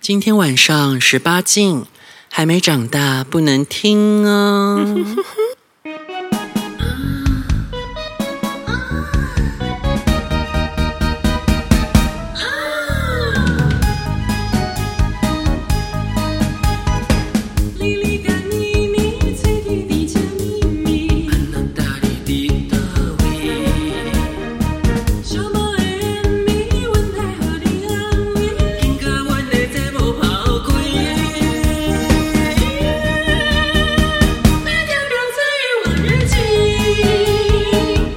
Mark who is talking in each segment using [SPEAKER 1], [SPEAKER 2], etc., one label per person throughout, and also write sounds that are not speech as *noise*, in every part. [SPEAKER 1] 今天晚上十八禁，还没长大不能听哦。
[SPEAKER 2] 哩哩个咪咪，嘴里滴着咪咪，小猫的咪，阮来互你安慰，今个阮的节目跑开。那条龙在往日记，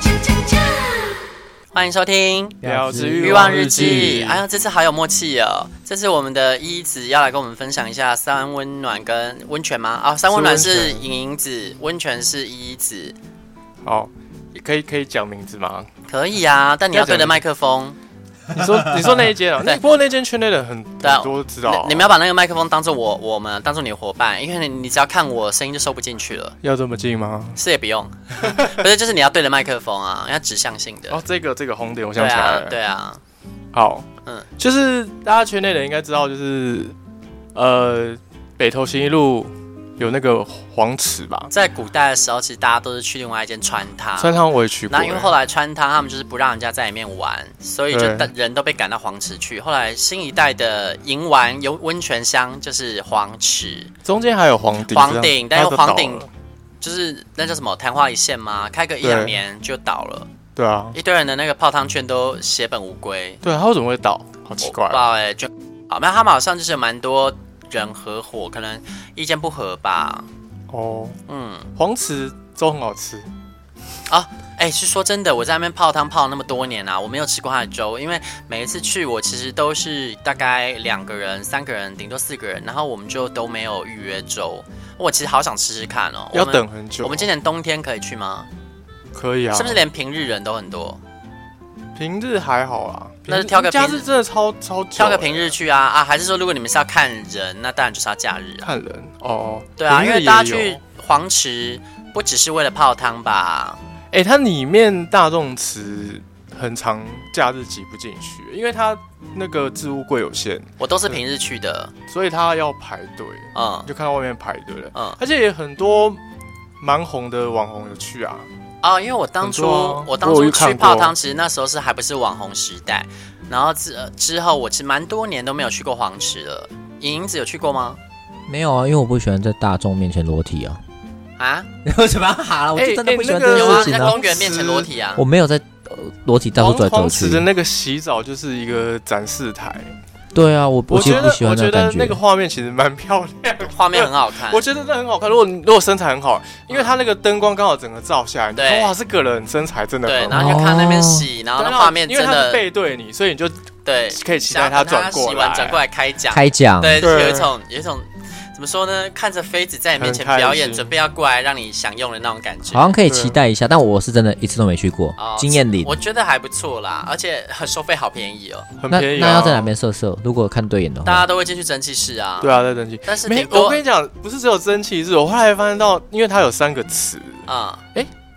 [SPEAKER 2] 恰恰恰。
[SPEAKER 1] *laughs* 欢迎收听《
[SPEAKER 3] 婊子
[SPEAKER 1] 欲望日记》。哎呀，这次好有默契哦！这次我们的一子要来跟我们分享一下三温暖跟温泉吗？啊、三温暖
[SPEAKER 3] 是温
[SPEAKER 1] 是
[SPEAKER 3] 泉
[SPEAKER 1] 莹莹子，温泉是一子，
[SPEAKER 3] 好，哦可以可以讲名字
[SPEAKER 1] *laughs*
[SPEAKER 3] 吗？
[SPEAKER 1] 可以啊。但你要对着麦克风，
[SPEAKER 3] 你说你说那一间
[SPEAKER 1] *laughs*
[SPEAKER 3] 啊？
[SPEAKER 1] 对
[SPEAKER 3] 那不过那间圈内的很
[SPEAKER 1] 对啊
[SPEAKER 3] 很多知道啊
[SPEAKER 1] 你你们要把那个麦克风当做我我们当做你的伙伴，因为你你只要看我声音就收不进去了，
[SPEAKER 3] 要这么近吗？
[SPEAKER 1] 是也不 *laughs* 用，不是就是你要对着麦克风啊，要指向性的。
[SPEAKER 3] 哦，这个这个红点我
[SPEAKER 1] 对
[SPEAKER 3] 想起来
[SPEAKER 1] 啊，
[SPEAKER 3] 了。
[SPEAKER 1] 对啊，
[SPEAKER 3] 好，
[SPEAKER 1] 嗯
[SPEAKER 3] 嗯，就是大家圈内的应该知道，就是呃，北投新一路有那个黄池吧，
[SPEAKER 1] 在古代的时候，其实大家都是去另外一间川汤，
[SPEAKER 3] 川汤我也去过
[SPEAKER 1] 然
[SPEAKER 3] 欸。
[SPEAKER 1] 啊后因为后来川汤他们就是不让人家在里面玩，所以就
[SPEAKER 3] 对
[SPEAKER 1] 大人都被赶到黄池去。后来新一代的银丸有温泉乡就是黄池，
[SPEAKER 3] 欸中间还有黄顶，
[SPEAKER 1] 黄顶
[SPEAKER 3] 这
[SPEAKER 1] 但
[SPEAKER 3] 样
[SPEAKER 1] 是
[SPEAKER 3] 它都
[SPEAKER 1] 黄顶
[SPEAKER 3] 倒了
[SPEAKER 1] 就是那叫什么昙花一现吗？开个一
[SPEAKER 3] 对
[SPEAKER 1] 两年就倒了，
[SPEAKER 3] 对啊，
[SPEAKER 1] 一堆人的那个泡汤券都血本无归，
[SPEAKER 3] 对啊，它为什么会倒？好奇怪
[SPEAKER 1] 我不知
[SPEAKER 3] 啊。
[SPEAKER 1] 道哎、就好，那他们好像就是有蛮多人合伙，可能意见不合吧。
[SPEAKER 3] 哦，
[SPEAKER 1] 嗯，
[SPEAKER 3] 黄池粥很好吃，
[SPEAKER 1] 哎、是说真的，我在那边泡汤泡了那么多年啊，我没有吃过他的粥，因为每一次去我其实都是大概两个人、三个人，顶多四个人，然后我们就都没有预约粥。我其实好想吃吃看哦，
[SPEAKER 3] 要
[SPEAKER 1] 我们
[SPEAKER 3] 等。很久。
[SPEAKER 1] 我们今年冬天可以去吗？
[SPEAKER 3] 可以啊，
[SPEAKER 1] 是不是连平日人都很多？
[SPEAKER 3] 平日还好啦，
[SPEAKER 1] 那就挑个平
[SPEAKER 3] 假日真的超超久
[SPEAKER 1] 挑个
[SPEAKER 3] 欸
[SPEAKER 1] 平日去啊啊！还是说，如果你们是要看人，那当然就是要假日啊。
[SPEAKER 3] 看人哦。
[SPEAKER 1] 对啊，
[SPEAKER 3] 平
[SPEAKER 1] 因
[SPEAKER 3] 日
[SPEAKER 1] 为大家
[SPEAKER 3] 也有
[SPEAKER 1] 去黄池不只是为了泡汤吧？
[SPEAKER 3] 哎、它里面大众池很长，假日挤不进去，因为它那个置物柜有限，
[SPEAKER 1] 我都是平日去的，
[SPEAKER 3] 所以它要排队，
[SPEAKER 1] 嗯
[SPEAKER 3] 你就看到外面排队了。
[SPEAKER 1] 嗯。
[SPEAKER 3] 而且也很多蛮红的网红有去啊，
[SPEAKER 1] 啊，因为我当初、
[SPEAKER 3] 很多啊
[SPEAKER 1] 我当
[SPEAKER 3] 我
[SPEAKER 1] 初
[SPEAKER 3] 有看
[SPEAKER 1] 去
[SPEAKER 3] 过
[SPEAKER 1] 泡汤，其实那时候是还不是网红时代，然后之、呃之后我其实蛮多年都没有去过黄池了。莹莹子有去过吗？
[SPEAKER 4] 没有啊，因为我不喜欢在大众面前裸体啊。
[SPEAKER 1] 啊，
[SPEAKER 4] 为什么 *laughs* 好了？我
[SPEAKER 3] 哎
[SPEAKER 4] 就真的
[SPEAKER 3] 哎
[SPEAKER 4] 不喜欢
[SPEAKER 3] 那
[SPEAKER 4] 这
[SPEAKER 3] 个
[SPEAKER 1] 有
[SPEAKER 4] 件
[SPEAKER 1] 啊，你
[SPEAKER 4] 事情
[SPEAKER 1] 在
[SPEAKER 4] 啊。
[SPEAKER 1] 公园面前裸体啊
[SPEAKER 4] 我。没有在呃裸体到
[SPEAKER 3] 黄
[SPEAKER 4] 处走来走
[SPEAKER 3] 黄
[SPEAKER 4] 去
[SPEAKER 3] 池。的那个洗澡就是一个展示台，
[SPEAKER 4] 对啊，我
[SPEAKER 3] 我
[SPEAKER 4] 其
[SPEAKER 3] 觉
[SPEAKER 4] 实
[SPEAKER 3] 得
[SPEAKER 4] 不喜
[SPEAKER 3] 我
[SPEAKER 4] 欢
[SPEAKER 3] 觉
[SPEAKER 4] 个
[SPEAKER 3] 得
[SPEAKER 4] 感
[SPEAKER 3] 那个画面其实蛮漂亮的。
[SPEAKER 1] 画面很好看
[SPEAKER 3] 嗯我，觉得那很好看，如果你如果身材很好，因为它那个灯光刚好整个照下来，你
[SPEAKER 1] 对
[SPEAKER 3] 看哇，这个人身材真的
[SPEAKER 1] 对，
[SPEAKER 3] 很
[SPEAKER 1] 然
[SPEAKER 3] 好。
[SPEAKER 1] 后就看那边洗，然后那
[SPEAKER 3] 对
[SPEAKER 1] 画面
[SPEAKER 3] 哦因为
[SPEAKER 1] 真
[SPEAKER 3] 它是
[SPEAKER 1] 的
[SPEAKER 3] 背对你，所以你就
[SPEAKER 1] 对，
[SPEAKER 3] 可以期待
[SPEAKER 1] 想
[SPEAKER 3] 它
[SPEAKER 1] 要
[SPEAKER 3] 转过
[SPEAKER 1] 洗完
[SPEAKER 3] 来
[SPEAKER 1] 转过来开讲，
[SPEAKER 4] 开讲，
[SPEAKER 1] 对，
[SPEAKER 3] 对
[SPEAKER 1] 有一种有一种怎么说呢？看着妃子在你面前
[SPEAKER 3] 很开
[SPEAKER 1] 表演，
[SPEAKER 3] 心
[SPEAKER 1] 准备要过来让你享用的那种感觉，
[SPEAKER 4] 好像可以期待一下，但我是真的一次都没去过
[SPEAKER 1] 哦，
[SPEAKER 4] 经验零
[SPEAKER 1] 我。觉得还不错啦，而且很收费好便宜哦，
[SPEAKER 3] 很
[SPEAKER 4] 那
[SPEAKER 3] 便宜、啊
[SPEAKER 4] 那要在哪边色色？如果看对眼的
[SPEAKER 1] 大家
[SPEAKER 4] 话，
[SPEAKER 1] 都会进去蒸汽室啊。
[SPEAKER 3] 对啊，在蒸汽。
[SPEAKER 1] 但是
[SPEAKER 3] 没
[SPEAKER 1] 顶，多
[SPEAKER 3] 我跟你讲，不是只有蒸汽日，我后来发现到，因为它有三个词，
[SPEAKER 1] 啊、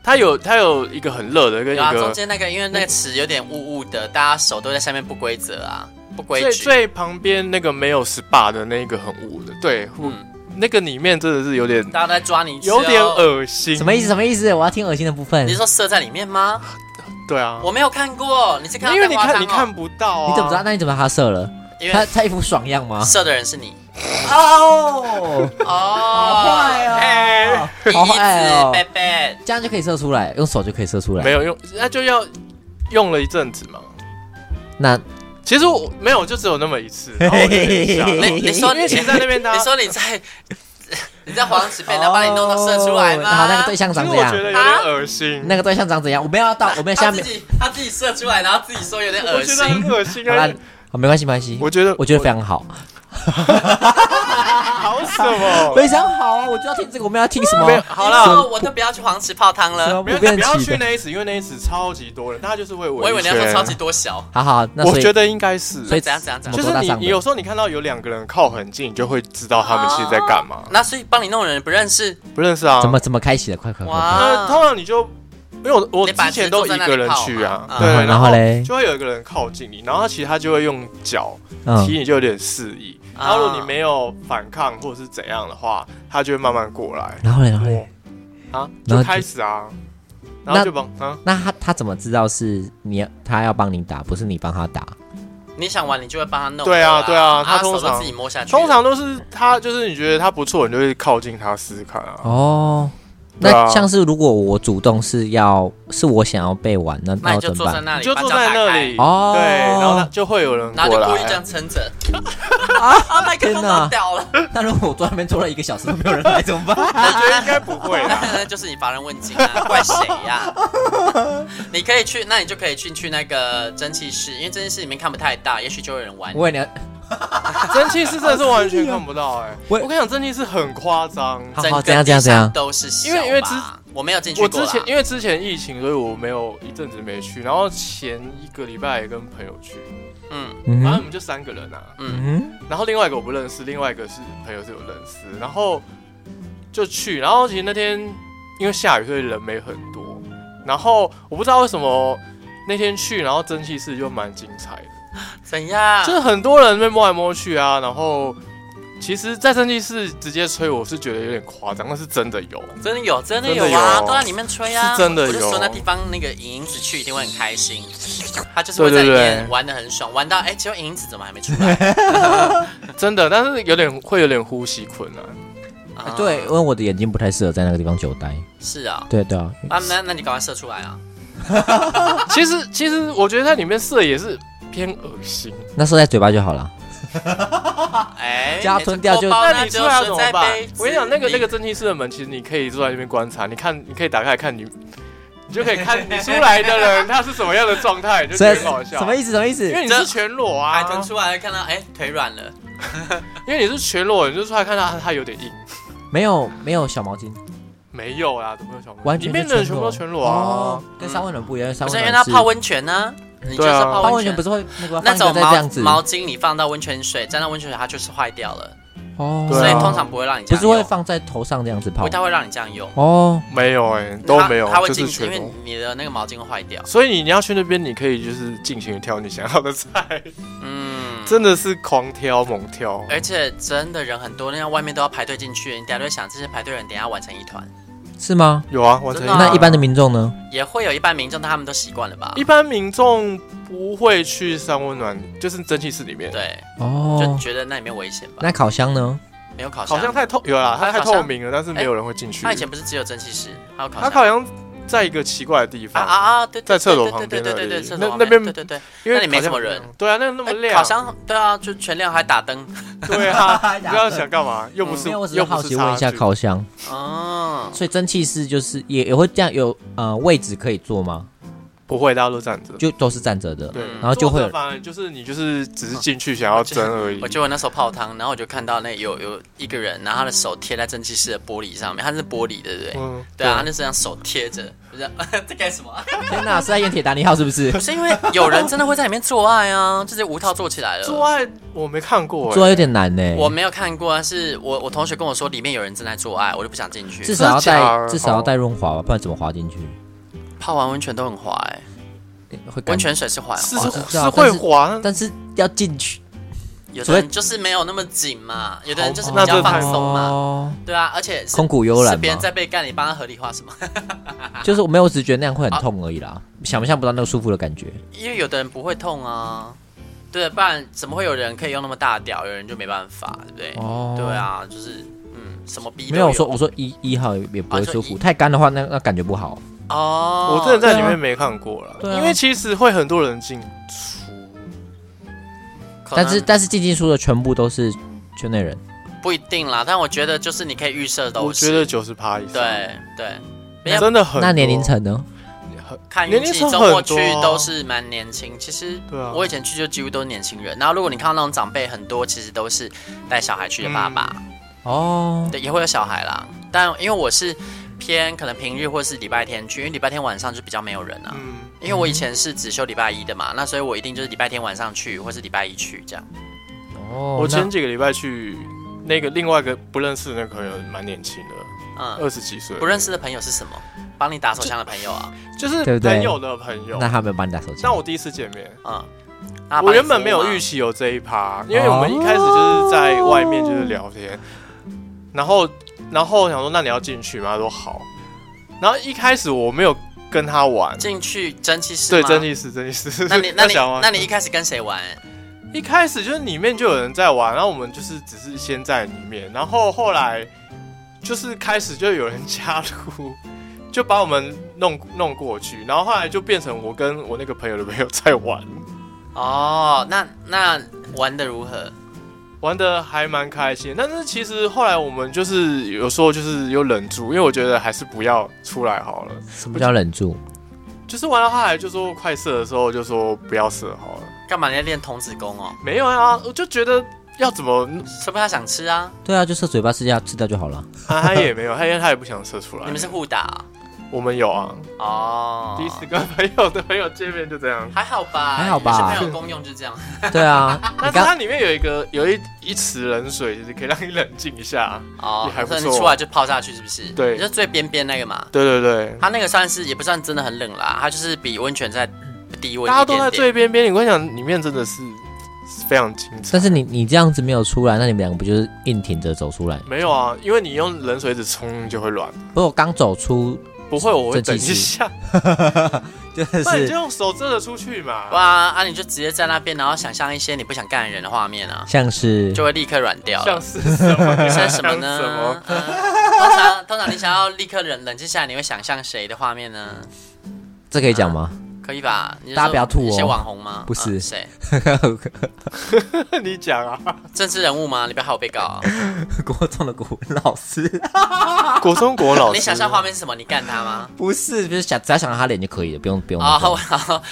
[SPEAKER 3] 它有它有一个很热的跟一
[SPEAKER 1] 有啊，中
[SPEAKER 3] 个
[SPEAKER 1] 间那个因为那个池有点雾雾的，大家手都在下面不规则啊，不规
[SPEAKER 3] 最
[SPEAKER 1] 矩。
[SPEAKER 3] 最旁边那个没有 SPA 的那个很污的，对，我
[SPEAKER 1] 嗯，
[SPEAKER 3] 那个里面真的是有点
[SPEAKER 1] 大家都在抓你，哦
[SPEAKER 3] 有点。恶心。
[SPEAKER 4] 什么意思？？什么意思？我要听恶心的部分。
[SPEAKER 1] 你是说射在里面吗？
[SPEAKER 3] 对啊，
[SPEAKER 1] 我没有看过，你是看到
[SPEAKER 3] 因为你
[SPEAKER 1] 蛋花
[SPEAKER 3] 看
[SPEAKER 1] 汤
[SPEAKER 3] 你看不到、啊，
[SPEAKER 4] 你怎么知道？？那你怎么知道他射了？
[SPEAKER 1] 哦，因
[SPEAKER 4] 他
[SPEAKER 1] 为
[SPEAKER 4] 他一副爽样吗？
[SPEAKER 1] 射的人是
[SPEAKER 3] *laughs*
[SPEAKER 1] 啊你
[SPEAKER 4] 哦，
[SPEAKER 1] 哦。坏
[SPEAKER 4] 哦
[SPEAKER 1] 哎，
[SPEAKER 4] 好坏
[SPEAKER 1] 一字
[SPEAKER 4] 哦
[SPEAKER 1] 贝
[SPEAKER 4] *laughs*
[SPEAKER 1] 贝，
[SPEAKER 4] 这样就可以射出来，用手就可以射出来。
[SPEAKER 3] 没有用，那就要用了一阵子嘛。
[SPEAKER 4] 那
[SPEAKER 3] 其实我没有，就只有那么一
[SPEAKER 4] *laughs*
[SPEAKER 3] 次。然后我就等一下
[SPEAKER 1] 你你说
[SPEAKER 3] 因为其实在那边大
[SPEAKER 1] *laughs* 你
[SPEAKER 3] 家，
[SPEAKER 1] 说你
[SPEAKER 3] *laughs*
[SPEAKER 1] 在你在黄池被人家把你弄到射出来吗？
[SPEAKER 4] 哦好，那个对象
[SPEAKER 3] 其
[SPEAKER 4] 长
[SPEAKER 3] 实
[SPEAKER 4] 怎
[SPEAKER 3] 我
[SPEAKER 4] 样
[SPEAKER 3] 觉？得有点恶心。
[SPEAKER 4] 那个对象长怎样？我们要到，我们下
[SPEAKER 1] 他
[SPEAKER 4] 面
[SPEAKER 1] 自。己他自己射出来，然后自己说有点
[SPEAKER 3] 我
[SPEAKER 1] 恶
[SPEAKER 3] 觉
[SPEAKER 1] 心
[SPEAKER 3] 得。很恶心
[SPEAKER 4] 啊好
[SPEAKER 3] 啊
[SPEAKER 4] 啦！，好，没关系，没关系。
[SPEAKER 3] 我觉得
[SPEAKER 4] 我觉得非常好。
[SPEAKER 3] 啊好什么？
[SPEAKER 4] *laughs* 非常好啊，我就要听这个，我们要听什么？
[SPEAKER 1] 好
[SPEAKER 4] 什
[SPEAKER 1] 了，
[SPEAKER 4] 么
[SPEAKER 1] 我都不要去黄池泡汤
[SPEAKER 4] 什么
[SPEAKER 1] 了。
[SPEAKER 3] 没有，
[SPEAKER 4] 不
[SPEAKER 3] 你
[SPEAKER 4] 变
[SPEAKER 3] 不要
[SPEAKER 4] 起
[SPEAKER 3] 去
[SPEAKER 4] 的？
[SPEAKER 3] 那一次，因为那一次超级多人，大家就是啊为
[SPEAKER 1] 我以为你要说
[SPEAKER 3] 圈
[SPEAKER 1] 超级多小，
[SPEAKER 4] 好好，那
[SPEAKER 3] 我
[SPEAKER 4] 所以
[SPEAKER 3] 觉得应该是，
[SPEAKER 4] 所以
[SPEAKER 1] 怎样怎样怎
[SPEAKER 4] 怎
[SPEAKER 1] 样。
[SPEAKER 4] 么
[SPEAKER 3] 就是
[SPEAKER 4] 多大
[SPEAKER 3] 你
[SPEAKER 4] 上
[SPEAKER 3] 你
[SPEAKER 4] 的
[SPEAKER 3] 有时候你看到有两个人靠很近，你就会知道他们其实在干嘛。
[SPEAKER 1] 那所以帮你弄的人不认识
[SPEAKER 3] 不认识啊？
[SPEAKER 4] 怎么？怎么开启的？快快快快！
[SPEAKER 3] 呃，
[SPEAKER 1] 哇
[SPEAKER 3] 通！常你就因为我我
[SPEAKER 1] 啊你把
[SPEAKER 3] 之前都一个人
[SPEAKER 1] 车坐在那
[SPEAKER 3] 去啊
[SPEAKER 1] 里泡嘛，
[SPEAKER 3] 对，
[SPEAKER 4] 嗯然
[SPEAKER 3] 然
[SPEAKER 4] 后嘞
[SPEAKER 3] 就会有一个人靠近你，然后他其实他就会用脚踢
[SPEAKER 4] 嗯，
[SPEAKER 3] 你，就有点示意。
[SPEAKER 1] 啊
[SPEAKER 3] 然后如果你没有反抗或者是怎样的话，他就会慢慢过来
[SPEAKER 4] 然后嘞，然后嘞，
[SPEAKER 3] 摸啊，就
[SPEAKER 4] 然后
[SPEAKER 3] 开始啊，然后就帮啊，
[SPEAKER 4] 那他他怎么知道是你他要帮你打，不是你帮他打？
[SPEAKER 1] 你想玩，你就会帮他弄。
[SPEAKER 3] 对啊对啊
[SPEAKER 1] 他
[SPEAKER 3] 他通常
[SPEAKER 1] 手都自己摸下去。
[SPEAKER 3] 通常都是他就是你觉得他不错，你就会靠近他试试看啊。
[SPEAKER 4] 哦，
[SPEAKER 3] 对啊
[SPEAKER 4] 那像是如果我主动是要是我想要被玩，那
[SPEAKER 1] 那
[SPEAKER 4] 那
[SPEAKER 1] 你
[SPEAKER 4] 我
[SPEAKER 1] 就
[SPEAKER 4] 怎
[SPEAKER 1] 坐
[SPEAKER 4] 么
[SPEAKER 1] 在
[SPEAKER 4] 办？
[SPEAKER 1] 那
[SPEAKER 3] 你
[SPEAKER 1] 里，
[SPEAKER 3] 就
[SPEAKER 1] 把
[SPEAKER 3] 坐
[SPEAKER 1] 脚
[SPEAKER 3] 在
[SPEAKER 1] 打
[SPEAKER 3] 那
[SPEAKER 1] 开
[SPEAKER 3] 里，
[SPEAKER 4] 哦
[SPEAKER 3] 对，然后他就会有人
[SPEAKER 1] 然后
[SPEAKER 3] 过
[SPEAKER 1] 就
[SPEAKER 3] 来，
[SPEAKER 1] 故意这样撑着。啊！麦克
[SPEAKER 4] 天
[SPEAKER 1] 风
[SPEAKER 4] 哪
[SPEAKER 1] 都掉了，
[SPEAKER 4] 那如果我坐在那边坐了一个小时都没有人来，怎么办？
[SPEAKER 3] 我觉得应该不会啦。
[SPEAKER 1] *laughs*
[SPEAKER 4] *laughs*
[SPEAKER 1] 那就是你乏人问津啊，怪谁呀？你可以去，那你就可以去去那个蒸汽室，因为蒸汽室里面看不太大，也许就有人玩。
[SPEAKER 4] 我以为你要
[SPEAKER 3] 蒸汽室真的是完全看不到哎、
[SPEAKER 4] 我
[SPEAKER 3] 我跟你讲，蒸汽室很夸张。
[SPEAKER 4] 好
[SPEAKER 1] 整个
[SPEAKER 4] 怎样怎
[SPEAKER 1] 地上
[SPEAKER 4] 样怎样
[SPEAKER 1] 都是
[SPEAKER 3] 因为因为之
[SPEAKER 1] 我没有进去
[SPEAKER 3] 我
[SPEAKER 1] 过
[SPEAKER 3] 之
[SPEAKER 1] 啦
[SPEAKER 3] 前因为之前疫情，所以我没有一阵子没去。然后前一个礼拜也跟朋友去，
[SPEAKER 1] 嗯
[SPEAKER 4] 嗯
[SPEAKER 3] 反正我
[SPEAKER 4] 哼
[SPEAKER 3] 们就三个人啊。
[SPEAKER 1] 嗯
[SPEAKER 4] 嗯
[SPEAKER 3] 然后另外一个我不认识，另外一个是朋友是有认识，然后就去。然后其实那天因为下雨，所以人没很多。然后我不知道为什么那天去，然后蒸汽室就蛮精彩的。
[SPEAKER 1] 怎样
[SPEAKER 3] 就是很多人被摸来摸去啊，然后其实，在蒸汽室直接吹，我是觉得有点夸张，那是真的有。
[SPEAKER 1] 真的有，真的
[SPEAKER 3] 真的
[SPEAKER 1] 有啊，
[SPEAKER 3] 有
[SPEAKER 1] 都在里面吹啊，
[SPEAKER 3] 是真的有
[SPEAKER 1] 我就说那地方那个影影子去一定会很开心，他就是
[SPEAKER 3] 对
[SPEAKER 1] 会在里
[SPEAKER 3] 对
[SPEAKER 1] 面
[SPEAKER 3] 对
[SPEAKER 1] 玩的很爽，玩到哎，结果影影子怎么还没出
[SPEAKER 3] *laughs*
[SPEAKER 1] 来？
[SPEAKER 3] 真的，但是有点会有点呼吸困难。
[SPEAKER 1] 啊
[SPEAKER 4] 对，因为我的眼睛不太适合在那个地方久待。
[SPEAKER 1] 是啊，
[SPEAKER 4] 对对啊，
[SPEAKER 1] 啊，那那你赶快射出来啊！
[SPEAKER 3] 其实其实我觉得在里面射也是偏恶心，
[SPEAKER 4] 那说在嘴巴就好了。
[SPEAKER 1] 哎，
[SPEAKER 4] 加吞掉
[SPEAKER 1] 你
[SPEAKER 4] 就
[SPEAKER 1] 这破包
[SPEAKER 3] 那你
[SPEAKER 1] 就
[SPEAKER 3] 出来要怎
[SPEAKER 1] 是
[SPEAKER 3] 么
[SPEAKER 1] 在
[SPEAKER 3] 办
[SPEAKER 1] 杯子？
[SPEAKER 3] 我跟你讲，那个
[SPEAKER 1] 里
[SPEAKER 3] 那个蒸汽室的门，其实你可以坐在那边观察，你看你可以打开来看你。你就可以看你出来的人他是什么样的状态，你就
[SPEAKER 4] 所
[SPEAKER 3] 觉
[SPEAKER 4] 以
[SPEAKER 3] 得很好笑。
[SPEAKER 4] 什么
[SPEAKER 3] 思？
[SPEAKER 4] 意思？什么意思
[SPEAKER 3] 因？为你是全裸啊
[SPEAKER 1] 海，豚出来看到哎腿软了，
[SPEAKER 3] 因为你是全裸，你就出来看他，他有点硬。
[SPEAKER 4] 没有没有小毛巾，
[SPEAKER 3] 没有啦，怎么会有小
[SPEAKER 4] 完
[SPEAKER 3] 毛？
[SPEAKER 4] 全
[SPEAKER 3] 里
[SPEAKER 4] 是
[SPEAKER 3] 面的人全部都全裸啊
[SPEAKER 4] 哦。，跟三温暖不一样，三
[SPEAKER 1] 不是
[SPEAKER 4] 温
[SPEAKER 1] 因为他
[SPEAKER 4] 暖是
[SPEAKER 1] 泡温泉呢，你就是
[SPEAKER 3] 对啊
[SPEAKER 1] 泡
[SPEAKER 4] 泡
[SPEAKER 1] 温
[SPEAKER 4] 温泉
[SPEAKER 1] 泉
[SPEAKER 4] 不。是会那个
[SPEAKER 1] 那种
[SPEAKER 4] 放一个再这样
[SPEAKER 1] 毛
[SPEAKER 4] 子
[SPEAKER 1] 毛巾你放到温泉水，沾到温泉水它就是坏掉了，
[SPEAKER 4] 哦
[SPEAKER 3] 对啊
[SPEAKER 1] 所以通常不会让你这
[SPEAKER 4] 不
[SPEAKER 1] 样
[SPEAKER 4] 是
[SPEAKER 1] 用，
[SPEAKER 4] 会放在头上这样子泡
[SPEAKER 1] 不太会让你这样用，
[SPEAKER 4] 哦。
[SPEAKER 3] 没有哎、都没有
[SPEAKER 1] 它它，会
[SPEAKER 3] 就是
[SPEAKER 1] 禁止，因
[SPEAKER 3] 全
[SPEAKER 1] 为
[SPEAKER 3] 裸。
[SPEAKER 1] 你的那个毛巾会坏掉。
[SPEAKER 3] 所以你你要去那边，你可以就是尽情地挑你想要的菜，
[SPEAKER 1] 嗯，
[SPEAKER 3] 真的是狂挑猛挑。
[SPEAKER 1] 而且真的人很多，那样外面都要排队进去，你等下就会想这些排队人等下玩成一团，
[SPEAKER 4] 是吗？
[SPEAKER 3] 有啊，完成
[SPEAKER 1] 真的啊
[SPEAKER 4] 那一般的民众呢？
[SPEAKER 1] 也会有一般民众，但他们都习惯了吧
[SPEAKER 3] 一？般民众不会去三温暖，就是蒸汽室里面，
[SPEAKER 1] 对，就
[SPEAKER 4] 哦，
[SPEAKER 1] 觉得那里面危险吧？
[SPEAKER 4] 那烤箱呢？
[SPEAKER 1] 没有烤
[SPEAKER 3] 好像
[SPEAKER 1] 箱，
[SPEAKER 3] 太透有啦，它
[SPEAKER 1] 它
[SPEAKER 3] 太
[SPEAKER 1] 好像
[SPEAKER 3] 透明了，但是没有人会进去。
[SPEAKER 1] 他以前不是只有蒸汽室，还有烤
[SPEAKER 3] 它
[SPEAKER 1] 箱。
[SPEAKER 3] 好像在一个奇怪的地
[SPEAKER 1] 啊
[SPEAKER 3] 方，
[SPEAKER 1] 啊啊！对，对
[SPEAKER 3] 在厕所
[SPEAKER 1] 对
[SPEAKER 3] 旁边
[SPEAKER 1] 对对
[SPEAKER 3] 那
[SPEAKER 1] 对对对，
[SPEAKER 3] 里
[SPEAKER 1] 厕所
[SPEAKER 3] 那那边
[SPEAKER 1] 对对对，
[SPEAKER 3] 因为
[SPEAKER 1] 那里没
[SPEAKER 3] 好像
[SPEAKER 1] 什么人。
[SPEAKER 3] 对啊，那那么
[SPEAKER 1] 哎
[SPEAKER 3] 亮，
[SPEAKER 1] 烤箱对啊，就全亮还打灯，
[SPEAKER 3] *laughs* 对
[SPEAKER 4] *laughs*
[SPEAKER 3] 啊，你不知道想干嘛，又不
[SPEAKER 4] 因
[SPEAKER 3] 是
[SPEAKER 4] 为嗯我只是
[SPEAKER 3] 又不
[SPEAKER 4] 好
[SPEAKER 3] 是
[SPEAKER 4] 奇问一下
[SPEAKER 3] 插曲
[SPEAKER 4] 烤箱，
[SPEAKER 3] *laughs*
[SPEAKER 1] 哦，
[SPEAKER 4] 所以蒸汽室就是也也会这样有呃位置可以坐吗？
[SPEAKER 3] 不会，大家都站着。
[SPEAKER 4] 就都是站着的。
[SPEAKER 3] 对，
[SPEAKER 1] 然
[SPEAKER 4] 后就会有
[SPEAKER 3] 坐着反而就是你就是只是进去想要蒸而已
[SPEAKER 1] 我。就我那时候泡汤，然后我就看到那有有一个人，然后他的手贴在蒸汽室的玻璃上面，他是玻璃对不对？
[SPEAKER 3] 嗯，
[SPEAKER 1] 对啊，他就这样手贴着，不是 *laughs* 在干什么啊？
[SPEAKER 4] 天哪，是在演铁达尼号是
[SPEAKER 3] *laughs*
[SPEAKER 4] 不是
[SPEAKER 1] 不？是因为有人真的会在里面做爱啊， *laughs* 就是无套做起来
[SPEAKER 3] 做
[SPEAKER 1] 了。
[SPEAKER 3] 爱我没看过、欸，
[SPEAKER 4] 坐有点难呢。
[SPEAKER 1] 我没有看过，啊，是我我同学跟我说里面有人正在做爱，我就不想进去。
[SPEAKER 4] 至少要
[SPEAKER 3] 真的假
[SPEAKER 4] 带
[SPEAKER 3] 的哦
[SPEAKER 4] 至少要带润滑吧，不然怎么滑进去？
[SPEAKER 1] 泡完温泉都很滑哎、
[SPEAKER 4] 会感
[SPEAKER 1] 温，泉水是滑
[SPEAKER 3] 是
[SPEAKER 1] 滑的，哦
[SPEAKER 4] 知
[SPEAKER 3] 是
[SPEAKER 4] 道
[SPEAKER 3] 会滑，
[SPEAKER 4] 啊但是要进去，
[SPEAKER 1] 有的人就是没有那么紧嘛，有的人就是比
[SPEAKER 3] 那
[SPEAKER 1] 较
[SPEAKER 3] 这
[SPEAKER 1] 放
[SPEAKER 3] 太
[SPEAKER 1] 松嘛，
[SPEAKER 4] 哦，
[SPEAKER 1] 对啊，而且是
[SPEAKER 4] 空谷幽
[SPEAKER 1] 是
[SPEAKER 4] 兰
[SPEAKER 1] 别人
[SPEAKER 4] 嘛，
[SPEAKER 1] 在被干，你帮他合理化什么？ *laughs* 啊
[SPEAKER 4] 就是我没有，我只是觉得那样会很痛而已啦，想不象不到那个舒服的感觉。
[SPEAKER 1] 因为有的人不会痛啊，对，不然怎么会有人可以用那么大的屌，有人就没办法，对不对？
[SPEAKER 4] 哦
[SPEAKER 1] 对，啊，就是嗯，什么逼都
[SPEAKER 4] 没有我说我说一一号也不
[SPEAKER 1] 啊
[SPEAKER 4] 会
[SPEAKER 1] 你
[SPEAKER 4] 舒
[SPEAKER 1] 说
[SPEAKER 4] 服，
[SPEAKER 1] 一
[SPEAKER 4] 太干的话那那感觉不好。
[SPEAKER 1] 哦，
[SPEAKER 3] 我真的在里面没看过了、
[SPEAKER 4] 啊对啊
[SPEAKER 3] 因为其实会很多人进出，
[SPEAKER 1] 可能
[SPEAKER 4] 但是但是进进出的全部都是圈内人，
[SPEAKER 1] 不一定啦，但我觉得就是你可以预设都
[SPEAKER 3] 我
[SPEAKER 1] 是，
[SPEAKER 3] 觉得九十趴以上，
[SPEAKER 1] 对对，没有
[SPEAKER 3] 真的很多
[SPEAKER 4] 那年龄层呢？
[SPEAKER 3] 很
[SPEAKER 1] 看
[SPEAKER 3] 年
[SPEAKER 1] 运
[SPEAKER 3] 龄
[SPEAKER 1] 气，
[SPEAKER 3] 层
[SPEAKER 1] 周
[SPEAKER 3] 很
[SPEAKER 1] 末去
[SPEAKER 3] 多啊
[SPEAKER 1] 都是蛮年轻。其实
[SPEAKER 3] 对啊
[SPEAKER 1] 我以前去就几乎都是年轻人。然后如果你看到那种长辈，很多其实都是带小孩去的爸爸，
[SPEAKER 3] 嗯
[SPEAKER 4] 哦，
[SPEAKER 1] 对，也会有小孩啦。但因为我是偏可能平日或是礼拜天去，因为礼拜天晚上就比较没有人啊。
[SPEAKER 3] 嗯，
[SPEAKER 1] 因为我以前是只休礼拜一的嘛，那所以我一定就是礼拜天晚上去，或是礼拜一去这样。
[SPEAKER 4] 哦，
[SPEAKER 3] 我前
[SPEAKER 4] 那
[SPEAKER 3] 几个礼拜去那个另外一个不认识的那个朋友蛮年轻的，
[SPEAKER 1] 嗯，
[SPEAKER 3] 二十几岁，
[SPEAKER 1] 不认识的朋友是什么？帮你打手枪的朋友啊，
[SPEAKER 3] 就是
[SPEAKER 4] 对不对
[SPEAKER 3] 朋友的朋友。
[SPEAKER 4] 那他没有帮你打手机，
[SPEAKER 3] 但我第一次见面，
[SPEAKER 1] 嗯，啊哦
[SPEAKER 3] 我原本没有预
[SPEAKER 1] 期，
[SPEAKER 3] 期有这一趴，因为我们一开始就是在外面就是聊天，然后然后我想说那你要进去吗？他说好，然后一开始我没有跟他玩，
[SPEAKER 1] 进去蒸汽室
[SPEAKER 3] 对，
[SPEAKER 1] 吗
[SPEAKER 3] 真的是真的是，
[SPEAKER 1] 那
[SPEAKER 3] *laughs*
[SPEAKER 1] 你那你
[SPEAKER 3] 想玩
[SPEAKER 1] 那你一开始跟谁玩？
[SPEAKER 3] 一开始就是里面就有人在玩，然后我们就是只是先在里面，然后后来就是开始就有人加入，就把我们弄弄过去，然后后来就变成我跟我那个朋友的朋友在玩，
[SPEAKER 1] 哦，那那玩的如何？
[SPEAKER 3] 玩的还蛮开心。但是其实后来我们就是有时候就是有忍住，因为我觉得还是不要出来好了。
[SPEAKER 4] 什么叫忍住？
[SPEAKER 3] 就是玩到后来就说快射的时候就说不要射好了，
[SPEAKER 1] 干嘛你在练童子功哦？
[SPEAKER 3] 没有啊，我就觉得要怎么 *clears throat*
[SPEAKER 1] 说不定他想吃啊？
[SPEAKER 4] 对啊，就射嘴巴吃掉吃掉就
[SPEAKER 1] *laughs*
[SPEAKER 4] 好了。
[SPEAKER 3] 啊他也没有，他因为他也不想射出来。
[SPEAKER 1] 你们是互打啊、
[SPEAKER 3] 我们有啊。
[SPEAKER 1] 哦？
[SPEAKER 3] 哎第一次跟朋友的朋友见面就这 *laughs* 样。
[SPEAKER 1] 还好吧？
[SPEAKER 4] 还好吧
[SPEAKER 1] 你们是朋友公用就这样。
[SPEAKER 4] 对啊，
[SPEAKER 3] 但是
[SPEAKER 4] 你刚
[SPEAKER 3] 它里面有一个有一一池冷水，就是可以让你冷静一下。
[SPEAKER 1] 哦
[SPEAKER 3] 也，还不
[SPEAKER 1] 所以
[SPEAKER 3] 错
[SPEAKER 1] 你出来就泡下去是不是？
[SPEAKER 3] 对
[SPEAKER 1] 你就最边边那个嘛。
[SPEAKER 3] *laughs* 对对对，
[SPEAKER 1] 它那个算是也不算真的很冷啦，它就是比温泉再低温一点点。
[SPEAKER 3] 大家都在最边边，你跟你讲，里面真的是是非常精彩。
[SPEAKER 4] 但是你你这样子没有出来，那你们两个不就是硬挺着走出来？
[SPEAKER 3] 没有啊，因为你用冷水一直冲就会软，
[SPEAKER 4] 不过我刚走出
[SPEAKER 3] 不会我会
[SPEAKER 4] 这
[SPEAKER 3] 等一
[SPEAKER 4] 其实
[SPEAKER 3] 下， *laughs*
[SPEAKER 4] 就
[SPEAKER 3] 那你就是用手遮着出去嘛。
[SPEAKER 1] 哇啊！你就直接在那边，然后想象一些你不想干的人的画面啊，
[SPEAKER 4] 像是
[SPEAKER 1] 就会立刻软掉了。
[SPEAKER 3] 像是什 *laughs* 么？
[SPEAKER 1] *laughs* 像什么
[SPEAKER 3] 像
[SPEAKER 1] 呢？
[SPEAKER 3] 什么
[SPEAKER 1] 嗯 *laughs* 通常通常你想要立刻冷冷静下来，你会想象谁的画面呢？
[SPEAKER 4] 这可以讲吗？
[SPEAKER 1] 可以吧？你就
[SPEAKER 4] 大家不要吐哦
[SPEAKER 1] 一些网红吗？
[SPEAKER 4] 不是
[SPEAKER 1] 嗯谁、
[SPEAKER 3] *laughs* 你
[SPEAKER 1] *laughs*
[SPEAKER 3] 讲啊，
[SPEAKER 1] 政治人物吗？里边还有被告
[SPEAKER 4] *laughs*
[SPEAKER 1] 啊、
[SPEAKER 4] 国中的古文老师
[SPEAKER 3] 国中国老师，
[SPEAKER 1] 你想象画面是什么？你干他吗？
[SPEAKER 4] *laughs* 不是，就是想只要想到他脸就可以了，不用不用
[SPEAKER 1] 啊、
[SPEAKER 4] 那
[SPEAKER 1] *laughs*
[SPEAKER 4] 个。
[SPEAKER 1] 好，好，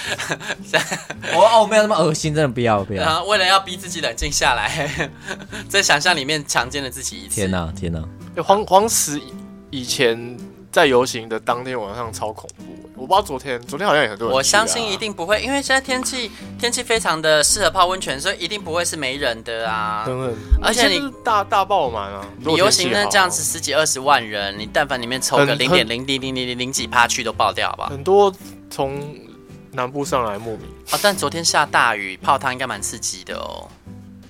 [SPEAKER 4] 我哦，我没有那么恶心，真的不要不
[SPEAKER 1] 然
[SPEAKER 4] 要。
[SPEAKER 1] 后为了要逼自己冷静下来， *laughs* 在想象里面强奸了自己一次。
[SPEAKER 4] 天哪、天哪、
[SPEAKER 3] 欸黄黄石以前在游行的当天晚上超恐怖欸，我不知道昨天，昨天好像也很多人去啊。
[SPEAKER 1] 我相信一定不会，因为现在天气天气非常的适合泡温泉，所以一定不会是没人的啊。
[SPEAKER 3] 等等，
[SPEAKER 1] 而且你
[SPEAKER 3] 就是大大爆满啊！如
[SPEAKER 1] 你
[SPEAKER 3] 果
[SPEAKER 1] 游
[SPEAKER 3] 天气
[SPEAKER 1] 行呢
[SPEAKER 3] 好
[SPEAKER 1] 这样子，十几二十万人，你但凡里面抽
[SPEAKER 3] 很
[SPEAKER 1] 个
[SPEAKER 3] 很
[SPEAKER 1] 零点零零零零零零几趴去都爆掉，好不好？
[SPEAKER 3] 很多从南部上来慕名，
[SPEAKER 1] 啊，但昨天下大雨，泡汤应该蛮刺激的哦，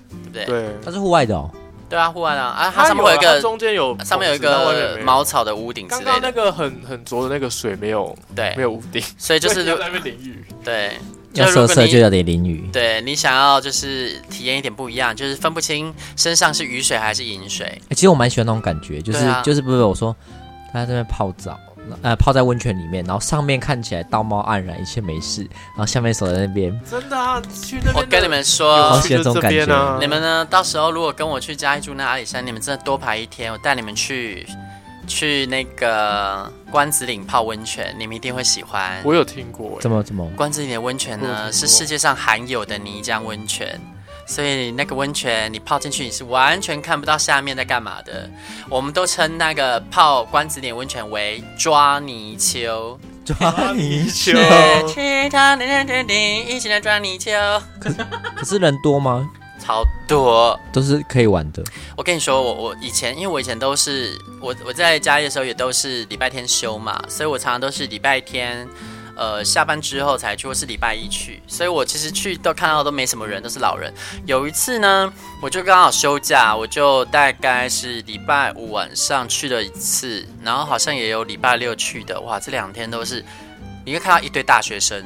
[SPEAKER 1] 对不对？
[SPEAKER 3] 对，
[SPEAKER 4] 他是户外的哦，
[SPEAKER 1] 对啊，户外啊，啊，它上面会有一
[SPEAKER 3] 它
[SPEAKER 1] 个
[SPEAKER 3] 中间有
[SPEAKER 1] 上面有一
[SPEAKER 3] 棚子但外面
[SPEAKER 1] 个
[SPEAKER 3] 没有
[SPEAKER 1] 茅草的屋顶之
[SPEAKER 3] 刚
[SPEAKER 1] 类
[SPEAKER 3] 刚
[SPEAKER 1] 的，
[SPEAKER 3] 那个很很浊的那个水没有没
[SPEAKER 1] 对，
[SPEAKER 3] 有屋顶，
[SPEAKER 1] 所
[SPEAKER 3] *laughs*
[SPEAKER 1] 以就
[SPEAKER 3] 所
[SPEAKER 1] 是
[SPEAKER 3] 以你要在那边淋雨。
[SPEAKER 1] 对，就
[SPEAKER 4] 要
[SPEAKER 1] 如
[SPEAKER 4] 射
[SPEAKER 1] 果
[SPEAKER 4] 射就
[SPEAKER 1] 你
[SPEAKER 4] 有点淋雨。
[SPEAKER 1] 对你想要就是体验一点不一样，就是分不清身上是雨水还是饮水，
[SPEAKER 4] 欸其实我蛮喜欢那种感觉，就是、
[SPEAKER 1] 对啊
[SPEAKER 4] 就是不是我说他在那边泡澡，呃，泡在温泉里面，然后上面看起来道貌岸然，一切没事，然后下面守在那边，
[SPEAKER 3] 真的啊，去那边
[SPEAKER 1] 我跟你们说
[SPEAKER 4] 好
[SPEAKER 3] 有，
[SPEAKER 4] 喜欢这种感觉
[SPEAKER 3] 去就这边啊
[SPEAKER 1] 你们呢？到时候如果跟我去嘉义住那阿里山，你们真的多排一天，我带你们去去那个关子岭泡温泉，你们一定会喜欢。
[SPEAKER 3] 我有听过欸，
[SPEAKER 4] 怎么怎么，
[SPEAKER 1] 关子岭的温泉
[SPEAKER 3] 我有听
[SPEAKER 1] 呢，
[SPEAKER 3] 过
[SPEAKER 1] 是世界上罕有的泥浆温泉。所以那个温泉，你泡进去你是完全看不到下面在干嘛的。我们都称那个泡关子岭温泉为抓泥鳅。
[SPEAKER 3] *laughs*
[SPEAKER 4] 抓泥鳅
[SPEAKER 3] 啊
[SPEAKER 1] *laughs* 对，去它的地里一起来抓泥鳅，
[SPEAKER 4] *laughs* 可是人多吗？
[SPEAKER 1] 超多。
[SPEAKER 4] 都是可以玩的，
[SPEAKER 1] 我跟你说，我我以前因为我以前都是我我在家里的时候也都是礼拜天休嘛，所以我常常都是礼拜天，呃下班之后才去，或是礼拜一去，所以我其实去都看到都没什么人，都是老人。有一次呢，我就刚好休假，我就大概是礼拜五晚上去了一次，然后好像也有礼拜六去的，哇，这两天都是你会看到一堆大学生。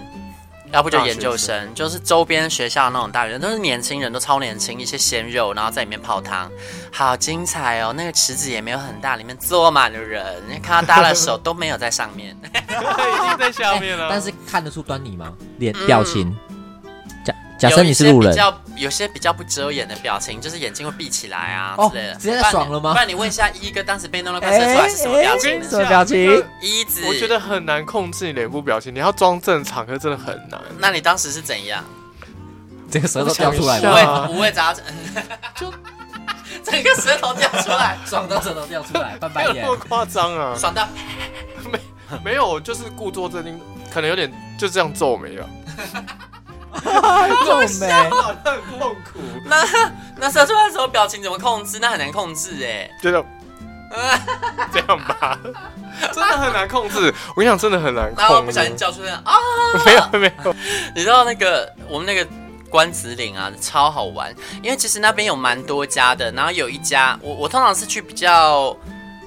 [SPEAKER 1] 要不就研究生，就是周边学校那种大学生，都是年轻人，都超年轻，一些鲜肉，然后在里面泡汤，好精彩哦！那个池子也没有很大，里面坐满了人，你看到大家的手都没有在上面。
[SPEAKER 3] 已经在下
[SPEAKER 4] 欸
[SPEAKER 3] 面了。
[SPEAKER 4] *laughs* 嗯但是看得出端倪吗？脸表情，假假
[SPEAKER 1] 有
[SPEAKER 4] 设
[SPEAKER 1] 一
[SPEAKER 4] 你是
[SPEAKER 1] 些
[SPEAKER 4] 路
[SPEAKER 1] 比
[SPEAKER 4] 人，
[SPEAKER 1] 较有些比较不遮掩的表情，就是眼睛会闭起来啊
[SPEAKER 4] 哦
[SPEAKER 1] 之类的。
[SPEAKER 4] 直接在
[SPEAKER 1] 不然
[SPEAKER 4] 爽了吗
[SPEAKER 1] 不然你问一下一哥当时被弄到快射出来是什么表情
[SPEAKER 3] 哎
[SPEAKER 1] 呢
[SPEAKER 3] 哎？
[SPEAKER 4] 什么表情？
[SPEAKER 1] 一字，
[SPEAKER 3] 我觉得很难控制你脸部表情，你要装正常，可是真的很难。
[SPEAKER 1] 那你当时是怎样？
[SPEAKER 4] 这个舌头掉出来
[SPEAKER 1] 不
[SPEAKER 3] 对
[SPEAKER 4] 了，
[SPEAKER 3] 啊
[SPEAKER 1] 会不会砸，就 *laughs* 整个舌头掉出来，
[SPEAKER 4] 爽到舌头掉出来，翻
[SPEAKER 3] 没有 *laughs* 那么夸张啊，
[SPEAKER 1] 爽到
[SPEAKER 3] 没有，就是故作镇定，可能有点就这样皱眉
[SPEAKER 1] *laughs*
[SPEAKER 3] 了，
[SPEAKER 4] 皱眉。
[SPEAKER 3] 好像很痛苦，
[SPEAKER 1] 那那射出来的时候表情怎么控制？那很难控制哎、*laughs*
[SPEAKER 3] 觉得这样吧，真的很难控制。我跟你讲，真的很难
[SPEAKER 1] 然后
[SPEAKER 3] 控
[SPEAKER 1] 不
[SPEAKER 3] 制
[SPEAKER 1] 小。心叫出来啊！
[SPEAKER 3] 没有没有，
[SPEAKER 1] *laughs* 你知道那个我们那个关子岭啊，超好玩，因为其实那边有蛮多家的，然后有一家我我通常是去比较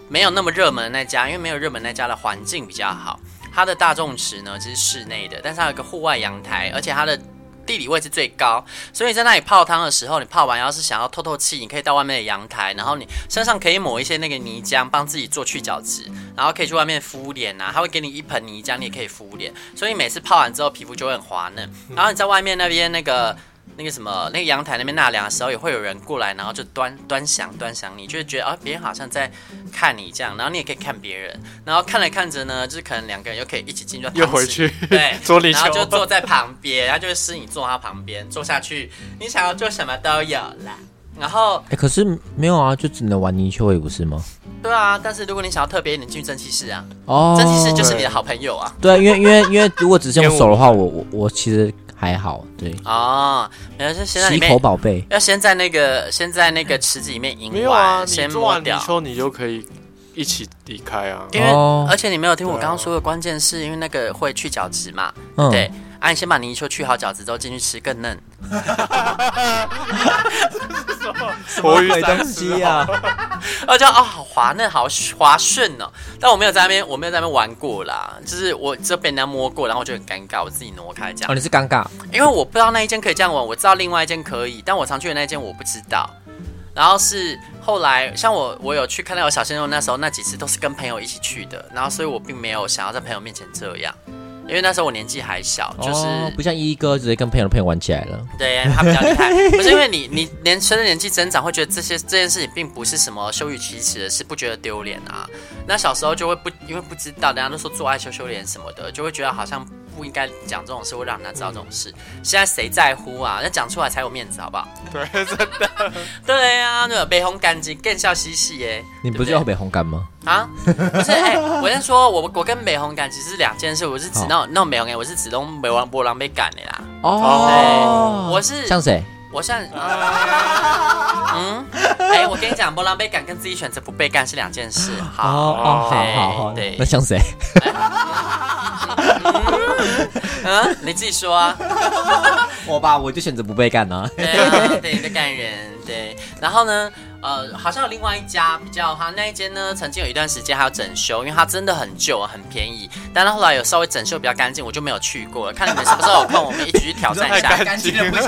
[SPEAKER 1] 没有那么热门的那家，因为没有热门那家的环境比较好。它的大众池呢，其实室内的，但是它有一个户外阳台，而且它的地理位置最高，所以在那里泡汤的时候，你泡完要是想要透透气，你可以到外面的阳台，然后你身上可以抹一些那个泥浆，帮自己做去角质，然后可以去外面敷脸啊，他会给你一盆泥浆，你也可以敷脸，所以每次泡完之后皮肤就会很滑嫩。然后你在外面那边那个那个什么那个阳台那边纳凉的时候，也会有人过来，然后就端端详端详你，就会觉得啊别人好像在看你这样，然后你也可以看别人，然后看了看着呢，就是可能两个人又可以一起进入
[SPEAKER 3] 又
[SPEAKER 1] 汤池
[SPEAKER 3] 回去 *laughs*
[SPEAKER 1] 对
[SPEAKER 3] 捉泥
[SPEAKER 1] 然后
[SPEAKER 3] 鳅
[SPEAKER 1] 就坐在旁边，他就会示你坐他旁边，坐下去，你想要做什么都有啦。然后，
[SPEAKER 4] *laughs* 哎，可是没有啊，就只能玩泥鳅而已，不是吗？
[SPEAKER 1] 对啊，但是如果你想要特别一点，你去蒸汽室啊，
[SPEAKER 4] 哦
[SPEAKER 1] 蒸汽室就是你的好朋友啊。
[SPEAKER 4] 对，因为因为因为如果只是用手的话，我我我其实还好，对，
[SPEAKER 1] 哦，没有，就先在里
[SPEAKER 4] 洗
[SPEAKER 1] 面
[SPEAKER 4] 口宝贝。
[SPEAKER 1] 要先在那个先在那个池子里面
[SPEAKER 3] 没
[SPEAKER 1] 赢
[SPEAKER 3] 有啊，
[SPEAKER 1] 完，
[SPEAKER 3] 你
[SPEAKER 1] 先
[SPEAKER 3] 做
[SPEAKER 1] 摸
[SPEAKER 3] 完泥
[SPEAKER 1] 掉。
[SPEAKER 3] 鳅，你就可以一起离
[SPEAKER 1] *laughs*
[SPEAKER 3] 开啊。
[SPEAKER 1] 因为、
[SPEAKER 4] 哦
[SPEAKER 1] 而且你没有听我
[SPEAKER 3] 对啊
[SPEAKER 1] 刚刚说的关键是因为那个会去角质嘛，
[SPEAKER 4] 嗯
[SPEAKER 1] 对。啊，你先把泥鳅去好角质之后进去吃更嫩。
[SPEAKER 3] 活鱼
[SPEAKER 4] 鬼
[SPEAKER 3] 三
[SPEAKER 4] 东
[SPEAKER 3] 十
[SPEAKER 4] 西啊！
[SPEAKER 1] 我就哦，好滑嫩，好滑顺哦。但我没有在那边，我没有在那边玩过啦，就是我只有被人家摸过，然后我就很尴尬，我自己挪开这
[SPEAKER 4] 哦，
[SPEAKER 1] 样。
[SPEAKER 4] 你是尴尬，
[SPEAKER 1] 因为我不知道那一间可以这样玩，我知道另外一间可以，但我常去的那一间我不知道。然后是后来，像我，我有去看到有小鲜肉，那时候那几次都是跟朋友一起去的，然后所以我并没有想要在朋友面前这样，因为那时候我年纪还小，就是、
[SPEAKER 4] 哦不像一哥直接跟朋友的朋友玩起来了。
[SPEAKER 1] 对他比较厉害，不是因为你你年随着年纪增长，会觉得这些这件事情并不是什么羞于启齿的事，不觉得丢脸啊。那小时候就会不因为不知道，人家都说做爱羞羞脸什么的，就会觉得好像不应该讲这种事，会让人家知道这种事。现在谁在乎啊？要讲出来才有面子，好不好？
[SPEAKER 3] *laughs* 对，真的
[SPEAKER 1] *laughs* 对啊，对，北红干净，更笑嘻嘻耶。
[SPEAKER 4] 你不是
[SPEAKER 1] 对
[SPEAKER 4] 要
[SPEAKER 1] 对
[SPEAKER 4] 被红感吗？
[SPEAKER 1] 啊？不是，哎、我在说，我我跟美红感其实是两件事，我是指
[SPEAKER 4] 好
[SPEAKER 1] 那种那种美红感，我是指那种美王波浪被感的啦。
[SPEAKER 3] 哦
[SPEAKER 1] 对，我是
[SPEAKER 4] 像谁？
[SPEAKER 1] 我像，
[SPEAKER 3] 啊
[SPEAKER 1] 嗯，哎、我跟你讲，波浪被干跟自己选择不被干是两件事。
[SPEAKER 3] 啊
[SPEAKER 4] 哦
[SPEAKER 1] 好，
[SPEAKER 4] 哦，好好好，
[SPEAKER 1] 啊对对
[SPEAKER 4] 那像谁？
[SPEAKER 1] 嗯，你自己说啊。
[SPEAKER 4] 我吧，我就选择不被干啊。
[SPEAKER 1] 对
[SPEAKER 3] *laughs*
[SPEAKER 1] 啊，对，被干人，对。然后呢，呃，好像有另外一家比较哈，那一间呢，曾经有一段时间还有整修，因为它真的很旧，很便宜。但是后来有稍微整修比较干净，我就没有去过了。看你们什么时候有空，我们一起去挑战一下。
[SPEAKER 3] *laughs* 干净了，不
[SPEAKER 1] 不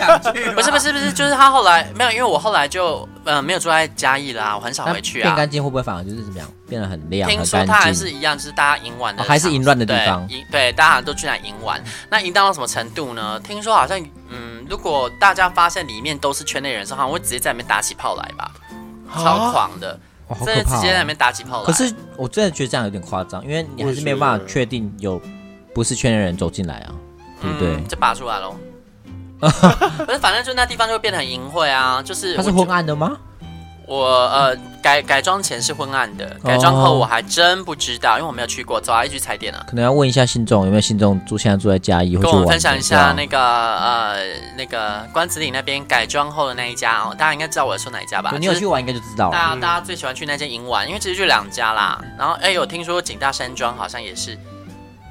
[SPEAKER 1] 是不是不是，就是他后来没有，因为我后来就呃没有住在嘉义啦，我很少
[SPEAKER 4] 那
[SPEAKER 1] 回去
[SPEAKER 4] 变
[SPEAKER 1] 啊。
[SPEAKER 4] 干净会不会反而就是怎么样，变得很亮、
[SPEAKER 1] 听
[SPEAKER 4] 很
[SPEAKER 1] 说它还
[SPEAKER 4] 干
[SPEAKER 1] 是
[SPEAKER 4] 净？
[SPEAKER 1] 一样，就是大家赢玩的场
[SPEAKER 4] 哦
[SPEAKER 1] 所、
[SPEAKER 4] 还是淫乱的地方
[SPEAKER 1] 对，赢对，大家都去那里赢玩。那赢到什么程度呢？听说好像，嗯，如果大家发现里面都是圈内人士，好像会直接在里面打起炮来吧，超狂的，
[SPEAKER 4] 哇，好
[SPEAKER 1] 真
[SPEAKER 4] 可
[SPEAKER 1] 的
[SPEAKER 4] 怕
[SPEAKER 1] 直接在里
[SPEAKER 4] 啊哦！
[SPEAKER 1] 面打起炮来。
[SPEAKER 4] 可是我真的觉得这样有点夸张，因为你还是没有办法确定有不是圈的人走进来啊，对不对
[SPEAKER 1] 嗯？就拔出来喽。
[SPEAKER 4] *laughs*
[SPEAKER 1] 不是，反正就那地方就会变得很淫秽啊，就是
[SPEAKER 4] 它是
[SPEAKER 1] 我
[SPEAKER 4] 昏暗的吗？
[SPEAKER 1] 我呃改改装前是昏暗的，改装后
[SPEAKER 4] 哦
[SPEAKER 1] 我还真不知道，因为我没有去过，走啊，一去踩点啊。
[SPEAKER 4] 可能要问一下信众有没有信众住现在住在嘉义，会
[SPEAKER 1] 跟
[SPEAKER 4] 去
[SPEAKER 1] 我们
[SPEAKER 4] 玩的
[SPEAKER 1] 分享一下那
[SPEAKER 4] 对啊
[SPEAKER 1] 个呃那个关子岭那边改装后的那一家哦，大家应该知道我在说哪一家吧？
[SPEAKER 4] 对你有
[SPEAKER 1] 就是
[SPEAKER 4] 去玩应该就知道
[SPEAKER 1] 大
[SPEAKER 3] 嗯
[SPEAKER 4] 了。
[SPEAKER 1] 家大家最喜欢去那间银玩，因为其实就两家啦。然后哎，有听说景大山庄好像也是，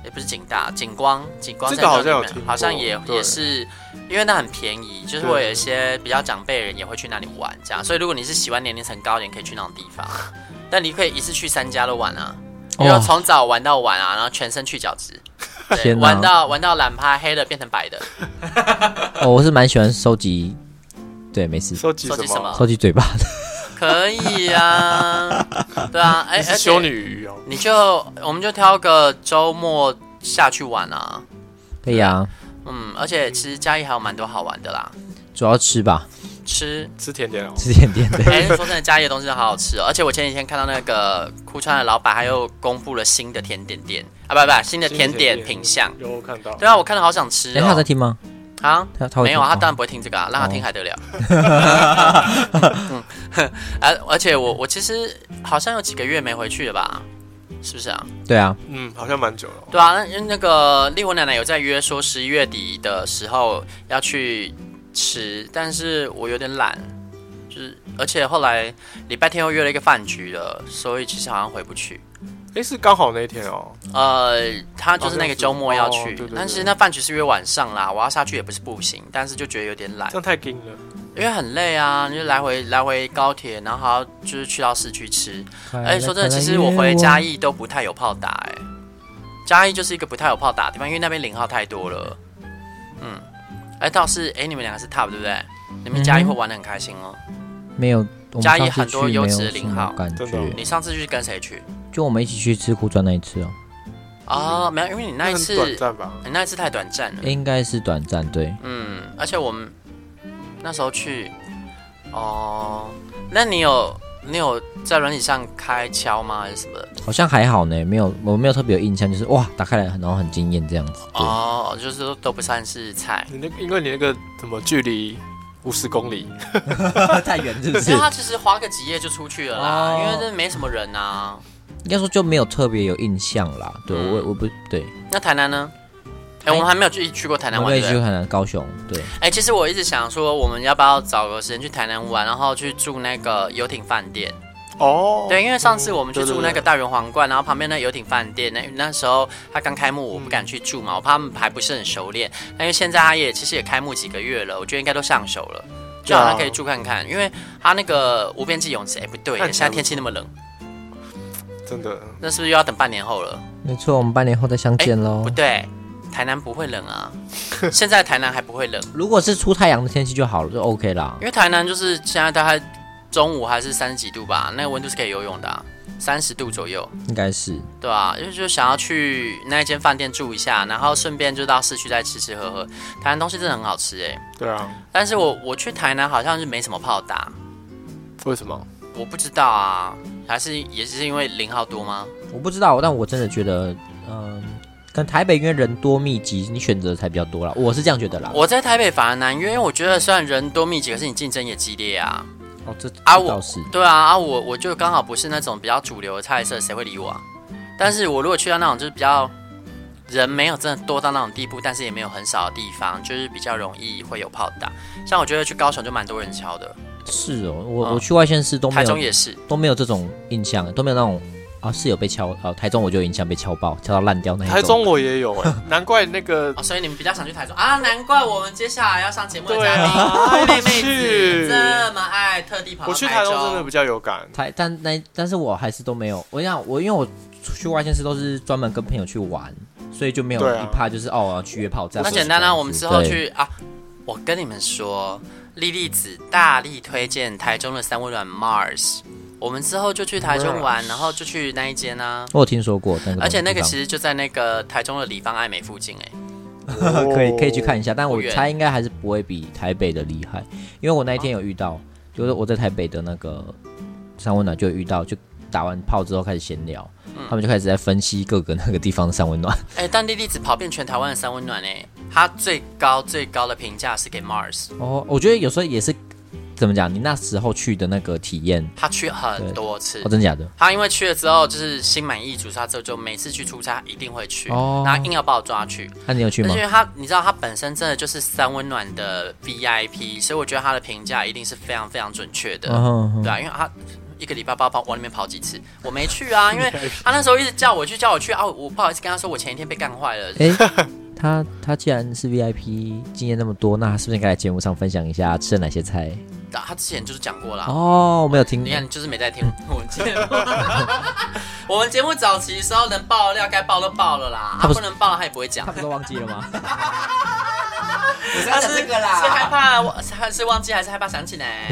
[SPEAKER 1] 也不是景大，景光景光
[SPEAKER 3] 这
[SPEAKER 1] 山庄
[SPEAKER 3] 个好像有
[SPEAKER 1] 里面
[SPEAKER 3] 听过
[SPEAKER 1] 好像也
[SPEAKER 3] 对
[SPEAKER 1] 也是，因为那很便宜，就是会有一些比较长辈的人也会去那里玩
[SPEAKER 3] 嗯
[SPEAKER 1] 这样。所以如果你是喜欢年龄层高一点，可以去那种地方。 *laughs* 但你可以一次去三家都玩啊，
[SPEAKER 4] 哦
[SPEAKER 1] 然后从早玩到晚啊，然后全身去角
[SPEAKER 4] *laughs*
[SPEAKER 1] 质。对，
[SPEAKER 4] 天哪
[SPEAKER 1] 玩到玩到懒趴黑的变成白的，
[SPEAKER 4] 哦，我是蛮喜欢收集，对，没事，
[SPEAKER 3] 收集
[SPEAKER 1] 收集什
[SPEAKER 3] 什
[SPEAKER 1] 么
[SPEAKER 3] 么？
[SPEAKER 4] 收集嘴巴的。
[SPEAKER 1] 可以啊，对啊，哎、而
[SPEAKER 3] 你是
[SPEAKER 1] 且
[SPEAKER 3] 修女鱼哦。
[SPEAKER 1] 你就我们就挑个周末下去玩啊，
[SPEAKER 4] 可以啊，
[SPEAKER 1] 嗯，而且其实嘉义还有蛮多好玩的啦，
[SPEAKER 4] 主要吃吧，
[SPEAKER 1] *laughs* 吃。
[SPEAKER 3] 吃甜点哦。
[SPEAKER 4] 吃甜点的。
[SPEAKER 1] 哎、说真的，家里的东西都好好吃、哦，而且我前几天看到那个库川的老板，他又公布了新的甜点店啊，不不，新的甜点品相。
[SPEAKER 3] 有看到，
[SPEAKER 1] 对啊，我看了好想吃
[SPEAKER 4] 哎，他有在
[SPEAKER 1] 哦。
[SPEAKER 4] 听吗？
[SPEAKER 1] 啊，
[SPEAKER 4] 他他会
[SPEAKER 1] 没有啊，
[SPEAKER 4] 听
[SPEAKER 1] 他
[SPEAKER 4] 吗
[SPEAKER 1] 当然不会听这个啊，让他听还得
[SPEAKER 4] *laughs*
[SPEAKER 1] 了。嗯， *laughs* 而而且我我其实好像有几个月没回去了吧，是不是啊？
[SPEAKER 4] 对啊，
[SPEAKER 3] 嗯，好像蛮久了哦。
[SPEAKER 1] 对啊，那那个丽文奶奶有在约说十一月底的时候要去吃，但是我有点懒，就是而且后来礼拜天又约了一个饭局了，所以其实好像回不去。
[SPEAKER 3] 哎，是刚好那一天哦。
[SPEAKER 1] 呃，他就是那个周末要
[SPEAKER 3] 哦对
[SPEAKER 1] 去，
[SPEAKER 3] 对对
[SPEAKER 1] 但是那饭局是约晚上啦，我要下去也不是不行，但是就觉得有点懒
[SPEAKER 3] 这，样太硬了。
[SPEAKER 1] 因为很累啊，你就来回来回高铁，然后还要就是去到市区吃。哎、说真的，其实我回嘉义都不太有炮打、哎，嘉义就是一个不太有炮打的地方，因为那边零号太多了。嗯，哎、倒是哎、你们两个是 top 对不对？你们嘉义
[SPEAKER 4] 嗯哼
[SPEAKER 1] 会玩的很开心哦。
[SPEAKER 4] 没有，我们
[SPEAKER 1] 嘉义
[SPEAKER 4] 上次
[SPEAKER 1] 很多
[SPEAKER 4] 去
[SPEAKER 1] 优
[SPEAKER 4] 没
[SPEAKER 1] 质
[SPEAKER 4] 有
[SPEAKER 1] 的零
[SPEAKER 4] 什么
[SPEAKER 1] 号
[SPEAKER 4] 感
[SPEAKER 3] 真的哦
[SPEAKER 4] 觉
[SPEAKER 1] 你上次去跟谁去？
[SPEAKER 4] 就我们一起去吃苦转那一次哦，
[SPEAKER 1] 哦，没有，因为你那一
[SPEAKER 3] 很
[SPEAKER 1] 次，
[SPEAKER 3] 短暂吧？
[SPEAKER 1] 你那一次太短暂了。
[SPEAKER 4] 应该是短暂对。
[SPEAKER 1] 嗯，而且我们那时候去，哦，那你有你有在轮椅上开敲吗？还是什么的？
[SPEAKER 4] 好像还好呢，没有，我没有特别有印象，就是哇，打开来然后很惊艳这样子。对，
[SPEAKER 1] 哦，就是都都不算是菜。
[SPEAKER 3] 你那因为你那个怎么距离五十公里，
[SPEAKER 4] 太远是不
[SPEAKER 1] 因为他其实划个几页就出去了啦，
[SPEAKER 4] 哦
[SPEAKER 1] 因为这没什么人啊。
[SPEAKER 4] 应该说就没有特别有印象啦。对
[SPEAKER 1] 嗯
[SPEAKER 4] 我我不对，
[SPEAKER 1] 那台南呢？哎、
[SPEAKER 4] 台
[SPEAKER 1] 我们还没有去去过台南
[SPEAKER 4] 我
[SPEAKER 1] 玩，
[SPEAKER 4] 们
[SPEAKER 1] 对
[SPEAKER 4] 一
[SPEAKER 1] 不
[SPEAKER 4] 起去
[SPEAKER 1] 对？
[SPEAKER 4] 海南高雄，对，
[SPEAKER 1] 哎、其实我一直想说，我们要不要找个时间去台南玩，然后去住那个游艇饭店？
[SPEAKER 3] 哦，
[SPEAKER 1] 对，因为上次我们去
[SPEAKER 3] 对对
[SPEAKER 1] 住那个大圆皇冠，然后旁边那游艇饭店，那那时候它刚开幕，我不敢去住嘛，我怕他们还不是很熟练。那因为现在它也其实也开幕几个月了，我觉得应该都上手了，最好
[SPEAKER 3] 对啊
[SPEAKER 1] 像可以住看看，因为它那个无边际泳池，哎、不对，
[SPEAKER 3] 看起来
[SPEAKER 1] 现在天气那么冷，
[SPEAKER 3] 真的
[SPEAKER 1] 那是不是又要等半年后了？
[SPEAKER 4] 没错，我们半年后再相见喽
[SPEAKER 1] 不。对，台南不会冷啊，现在台南还不会冷，
[SPEAKER 4] 如果是出太阳的天气就好了，就 OK 啦
[SPEAKER 1] 因。为台南就是现在大概中午还是三十几度吧，那个温度是可以游泳的、啊，三十度左右，
[SPEAKER 4] 应该是
[SPEAKER 1] 对吧、因为就想要去那一间饭店住一下，然后顺便就到市区再吃吃喝喝。台南东西真的很好吃哎、
[SPEAKER 3] 对啊？
[SPEAKER 1] 但是我我去台南好像是没什么炮打，
[SPEAKER 3] 为什么？
[SPEAKER 1] 我不知道啊，还是也是因为零号多吗？
[SPEAKER 4] 我不知道，但我真的觉得，嗯，可能台北因为人多密集，你选择才比较多啦。我是这样觉得啦。
[SPEAKER 1] 我在台北反而难约，因为我觉得虽然人多密集，可是你竞争也激烈啊。
[SPEAKER 4] 哦，这
[SPEAKER 1] 啊
[SPEAKER 4] 这
[SPEAKER 1] 我
[SPEAKER 4] 倒是
[SPEAKER 1] 对啊，啊我我就刚好不是那种比较主流的菜色，谁会理我啊？但是我如果去到那种就是比较人没有真的多到那种地步，但是也没有很少的地方，就是比较容易会有炮打。像我觉得去高雄就蛮多人敲的，
[SPEAKER 4] 是哦，我
[SPEAKER 1] 嗯
[SPEAKER 4] 我去外县市都没
[SPEAKER 1] 台中
[SPEAKER 4] 有
[SPEAKER 1] 也是。
[SPEAKER 4] 都没有这种印象，都没有那种啊是有被敲啊，台中我就有印象被敲爆，敲到烂掉那一种。
[SPEAKER 3] 台中我也有哎， *laughs* 难怪那个
[SPEAKER 1] 哦，所以你们比较想去台中啊？难怪我们接下来要上节目的
[SPEAKER 3] 对
[SPEAKER 1] 嘉宾，
[SPEAKER 3] 啊 *laughs*
[SPEAKER 1] 爱哎妹妹
[SPEAKER 3] 去
[SPEAKER 1] 子这么爱，特地跑到
[SPEAKER 3] 我去台中
[SPEAKER 1] 中
[SPEAKER 3] 真的比较有感，
[SPEAKER 4] 台，但那但是我还是都没有。我想我因为我出去外县市都是专门跟朋友去玩，所以就没有
[SPEAKER 3] 对
[SPEAKER 4] 一
[SPEAKER 3] 啊
[SPEAKER 4] 怕就是、哦我要去约炮这样。
[SPEAKER 1] 那简单啦、我们之后
[SPEAKER 4] 对
[SPEAKER 1] 去啊。我跟你们说，莉莉子大力推荐台中的三温暖 Mars，我们之后就去台中玩，然后就去那一间啊。
[SPEAKER 4] 我有听说过，但是
[SPEAKER 1] 而且那个
[SPEAKER 4] 地
[SPEAKER 1] 其实就在那个台中的里方爱美附近哎、
[SPEAKER 4] 方 *laughs* 可以可以去看一下，但
[SPEAKER 1] 不
[SPEAKER 4] 我
[SPEAKER 1] 远
[SPEAKER 4] 猜应该还是不会比台北的厉害，因为我那一天有遇到，就是我在台北的那个三温暖就有遇到，就打完炮之后开始闲聊，
[SPEAKER 1] 嗯
[SPEAKER 4] 他们就开始在分析各个那个地方的三温暖。
[SPEAKER 1] 哎、但莉莉子跑遍全台湾的三温暖哎、她最高最高的评价是给 Mars，
[SPEAKER 4] 哦，我觉得有时候也是怎么讲，你那时候去的那个体验，
[SPEAKER 1] 她去很多次
[SPEAKER 4] 哦，。真假的？
[SPEAKER 1] 她因为去了之后就是心满意足，所以她之后就每次去出差一定会去，
[SPEAKER 4] 哦
[SPEAKER 1] 然后硬要把我抓去。
[SPEAKER 4] 那、啊你有去
[SPEAKER 1] 但
[SPEAKER 4] 吗
[SPEAKER 1] 是因？为他，你知道他本身真的就是三温暖的 VIP，所以我觉得他的评价一定是非常非常准确的，
[SPEAKER 4] 嗯哼哼
[SPEAKER 1] 对啊，因为他一个礼拜包包往里面跑几次，我没去
[SPEAKER 4] *laughs*
[SPEAKER 1] 啊，因为他那时候一直叫我去，叫我去啊，我不好意思跟他说我前一天被干坏了。
[SPEAKER 4] 哎、他他既然是 VIP，经验那么多，那他是不是应该来节目上分享一下吃了哪些菜？
[SPEAKER 1] 啊他之前就是讲过啦，
[SPEAKER 4] 哦，我没有听
[SPEAKER 1] 你看你就是没在听我们节目。 *laughs* 我们节目早期的时候能爆的料该爆都爆了啦，
[SPEAKER 4] 他
[SPEAKER 1] 他不
[SPEAKER 4] 不是
[SPEAKER 1] 能爆他也不会讲
[SPEAKER 4] 他。不都忘记了吗？
[SPEAKER 1] 你是这个啦，是害怕忘还
[SPEAKER 4] *laughs*
[SPEAKER 1] 是忘记还是害怕想起来？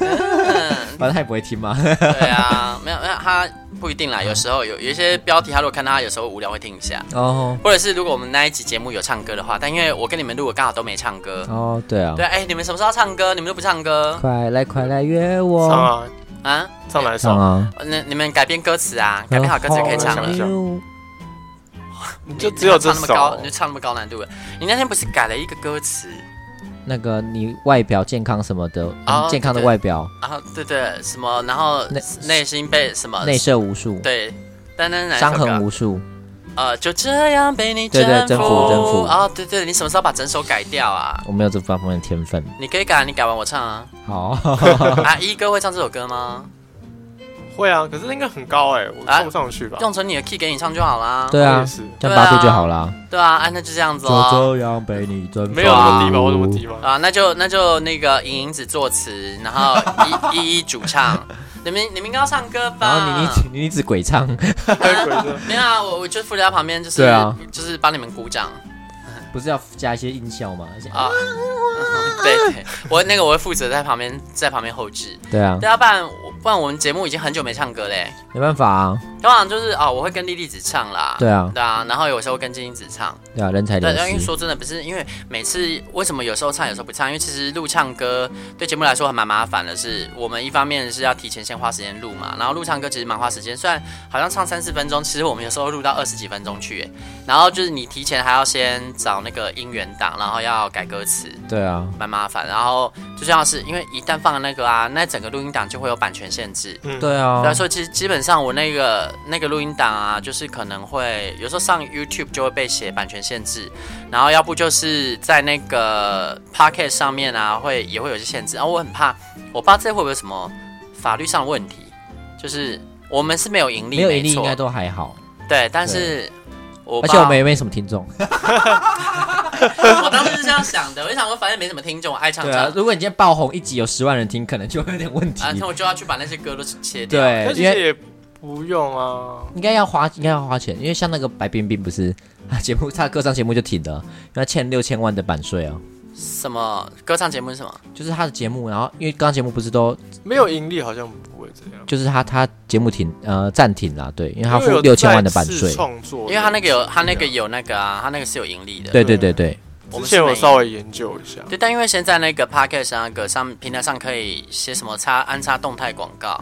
[SPEAKER 1] 嗯 *laughs*
[SPEAKER 4] 反正他也不会听嘛。
[SPEAKER 1] 对啊，没有没有，他不一定啦，有时候有有一些标题，他如果看到他有时候无聊会听一下，
[SPEAKER 4] 哦
[SPEAKER 1] 或者是如果我们那一集节目有唱歌的话，但因为我跟你们录的刚好都没唱歌，
[SPEAKER 4] 哦，对啊，
[SPEAKER 1] 对，哎、你们什么时候要唱歌？你们都不唱歌
[SPEAKER 4] 快来快来约我，
[SPEAKER 3] 唱啊，
[SPEAKER 1] 啊？
[SPEAKER 3] 唱哪一首
[SPEAKER 4] 上？啊，
[SPEAKER 1] 那你们改编歌词啊，改编好歌词就可以唱
[SPEAKER 3] 好
[SPEAKER 1] 了
[SPEAKER 3] 我。想你就
[SPEAKER 1] 你
[SPEAKER 3] 只有这
[SPEAKER 1] 唱那么高，
[SPEAKER 3] 首
[SPEAKER 1] 你就，唱那么高难度了。你那天不是改了一个歌词？
[SPEAKER 4] 那个你外表健康什么的，
[SPEAKER 1] 哦
[SPEAKER 4] 嗯健康的
[SPEAKER 1] 对
[SPEAKER 4] 外表，
[SPEAKER 1] 然后对对，什么？然后
[SPEAKER 4] 内
[SPEAKER 1] 内心被什么？
[SPEAKER 4] 内射无数，
[SPEAKER 1] 哦对，单单哪一首
[SPEAKER 4] 伤
[SPEAKER 1] 歌
[SPEAKER 4] 痕无数，
[SPEAKER 1] 呃，就这样被你
[SPEAKER 4] 对对征服征服
[SPEAKER 1] 哦，对对，你什么时候把整首改掉啊？
[SPEAKER 4] 我没有这方面的天分。
[SPEAKER 1] 你可以改，你改完我唱啊。
[SPEAKER 4] *laughs* 好，
[SPEAKER 1] 啊，一哥会唱这首歌吗？
[SPEAKER 3] 会啊，可是应该很高哎，我
[SPEAKER 1] 啊
[SPEAKER 3] 唱不上去吧？
[SPEAKER 1] 用成你的 key 给你唱就好啦。
[SPEAKER 4] 对
[SPEAKER 3] 我
[SPEAKER 4] 啊
[SPEAKER 3] 也是，
[SPEAKER 4] 这样八
[SPEAKER 1] 对啊
[SPEAKER 4] 度就好啦。
[SPEAKER 1] 对啊，啊，那就这样子哦。
[SPEAKER 4] 样被你征服
[SPEAKER 3] 没有那么低吧？我怎么
[SPEAKER 1] *laughs*
[SPEAKER 3] 低吧？ *laughs*
[SPEAKER 1] 啊，那就那就那个莹莹子作词，然后一一一主
[SPEAKER 4] *laughs*
[SPEAKER 1] 唱。你们你们应该要唱歌吧？
[SPEAKER 4] 然后你你你你只鬼唱， *laughs*
[SPEAKER 3] 太鬼了！
[SPEAKER 1] 没有啊，我我就附在他旁边，就是
[SPEAKER 4] 对啊
[SPEAKER 1] 就是帮你们鼓掌
[SPEAKER 4] 不是要加一些音效吗？而且
[SPEAKER 1] 啊。 *laughs* 对对， *laughs* 我那个我会负责在旁边在旁边后置。
[SPEAKER 4] 对啊，
[SPEAKER 1] 对啊，不然我不然我们节目已经很久没唱歌嘞、
[SPEAKER 4] 没办法啊，
[SPEAKER 1] 通常就是哦，我会跟莉莉子唱啦，
[SPEAKER 4] 对啊
[SPEAKER 1] 对啊，然后有时候跟金英子唱，
[SPEAKER 4] 对啊，人才流
[SPEAKER 1] 对，因为
[SPEAKER 4] 失。
[SPEAKER 1] 说真的，不是因为每次为什么有时候唱有时候不唱，因为其实录唱歌对节目来说还蛮麻烦的是，我们一方面是要提前先花时间录嘛，然后录唱歌其实蛮花时间，虽然好像唱三四分钟，其实我们有时候录到二十几分钟去耶，然后就是你提前还要先找那个音源档，然后要改歌词，
[SPEAKER 4] 对啊，
[SPEAKER 1] 蛮麻烦，然后就像是因为一旦放了那个啊，那整个录音档就会有版权限制，
[SPEAKER 4] 对
[SPEAKER 1] 对啊，
[SPEAKER 4] 啊，
[SPEAKER 1] 所以其实基本上我那个那个录音档啊，就是可能会有时候上 YouTube 就会被写版权限制，然后要不就是在那个 Pocket 上面啊，会也会有一些限制。然后我很怕，我不知道这会不会有什么法律上的问题，就是我们是没有盈利，
[SPEAKER 4] 没有盈利
[SPEAKER 1] 错
[SPEAKER 4] 应该都还好，
[SPEAKER 1] 对，但是我
[SPEAKER 4] 而
[SPEAKER 1] 爸
[SPEAKER 4] 且我们也没什么听众。
[SPEAKER 1] *laughs* 我当时是这样想的，我就想说反正没什么听众，我爱唱
[SPEAKER 4] 对
[SPEAKER 1] 唱
[SPEAKER 4] 啊，如果你今天爆红一集有十万人听，可能就会有点问题
[SPEAKER 1] 啊。，那我就要去把那些歌都切掉。
[SPEAKER 4] 对
[SPEAKER 3] 但，其
[SPEAKER 4] 因
[SPEAKER 3] 实
[SPEAKER 4] 为
[SPEAKER 3] 也不用啊，
[SPEAKER 4] 应该要花，应该要花钱，因为像那个白冰冰不是啊，节目他歌唱节目就停了，因为他欠六千万的版税啊。
[SPEAKER 1] 什么歌唱节目是什么？
[SPEAKER 4] 就是他的节目，然后因为刚刚节目不是都
[SPEAKER 3] 没有盈利好像不会这样。
[SPEAKER 4] 就是他他节目停呃暂停了，对，因为他
[SPEAKER 3] 因为
[SPEAKER 4] 付
[SPEAKER 3] 有
[SPEAKER 4] 六千万的版
[SPEAKER 3] 再
[SPEAKER 4] 税
[SPEAKER 3] 次，创作的，
[SPEAKER 1] 因为他那个有他那个有那个啊，他那个是有盈利的。
[SPEAKER 4] 对对对对，
[SPEAKER 1] 我
[SPEAKER 3] 之
[SPEAKER 1] 们是
[SPEAKER 3] 前
[SPEAKER 1] 没
[SPEAKER 3] 我
[SPEAKER 1] 有
[SPEAKER 3] 稍微研究一下，
[SPEAKER 1] 对，但因为现在那个 podcast 啊那个上平台上可以写什么插安插动态广告，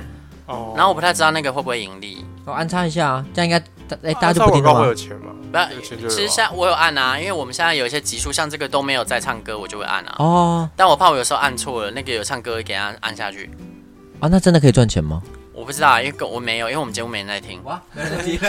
[SPEAKER 3] 哦，
[SPEAKER 1] 然后我不太知道那个会不会盈利。
[SPEAKER 4] 我安插一下啊，这样应该大哎大家就
[SPEAKER 3] 那
[SPEAKER 4] 不
[SPEAKER 3] 广
[SPEAKER 4] 听了
[SPEAKER 3] 告会有
[SPEAKER 4] 吗？
[SPEAKER 3] 钱吗？
[SPEAKER 1] 不要
[SPEAKER 3] 有，钱就有
[SPEAKER 1] 其实
[SPEAKER 3] 啊
[SPEAKER 1] 现在我有按啊，因为我们现在有一些集数，像这个都没有在唱歌，我就会按啊。
[SPEAKER 4] 哦
[SPEAKER 1] 但我怕我有时候按错了，那个有唱歌给他按下去，
[SPEAKER 4] 啊，那真的可以赚
[SPEAKER 3] *laughs*
[SPEAKER 4] 钱吗？
[SPEAKER 1] 我不知道啊，因为跟我没有，因为我们节目没人在听。
[SPEAKER 4] 哇，没
[SPEAKER 1] *laughs*
[SPEAKER 4] 问题。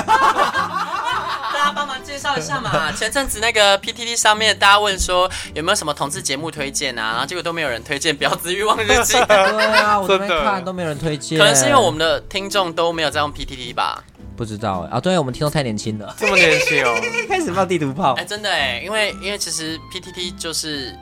[SPEAKER 1] 大家帮忙介绍一下嘛。前阵子那个 PTT 上面，大家问说有没有什么同志节目推荐啊，然后结果都没有人推荐《婊子欲望日记》，
[SPEAKER 4] 对啊，我这边
[SPEAKER 3] 真的
[SPEAKER 4] 看都没有人推荐，
[SPEAKER 1] 可能是因为我们的听众都没有在用 PTT 吧。
[SPEAKER 4] 不知道哎啊，对我们听众太年轻了，
[SPEAKER 3] 这么年轻哦，
[SPEAKER 4] 开始放地图炮
[SPEAKER 1] 哎、，真的哎，因为因为其实 PTT 就是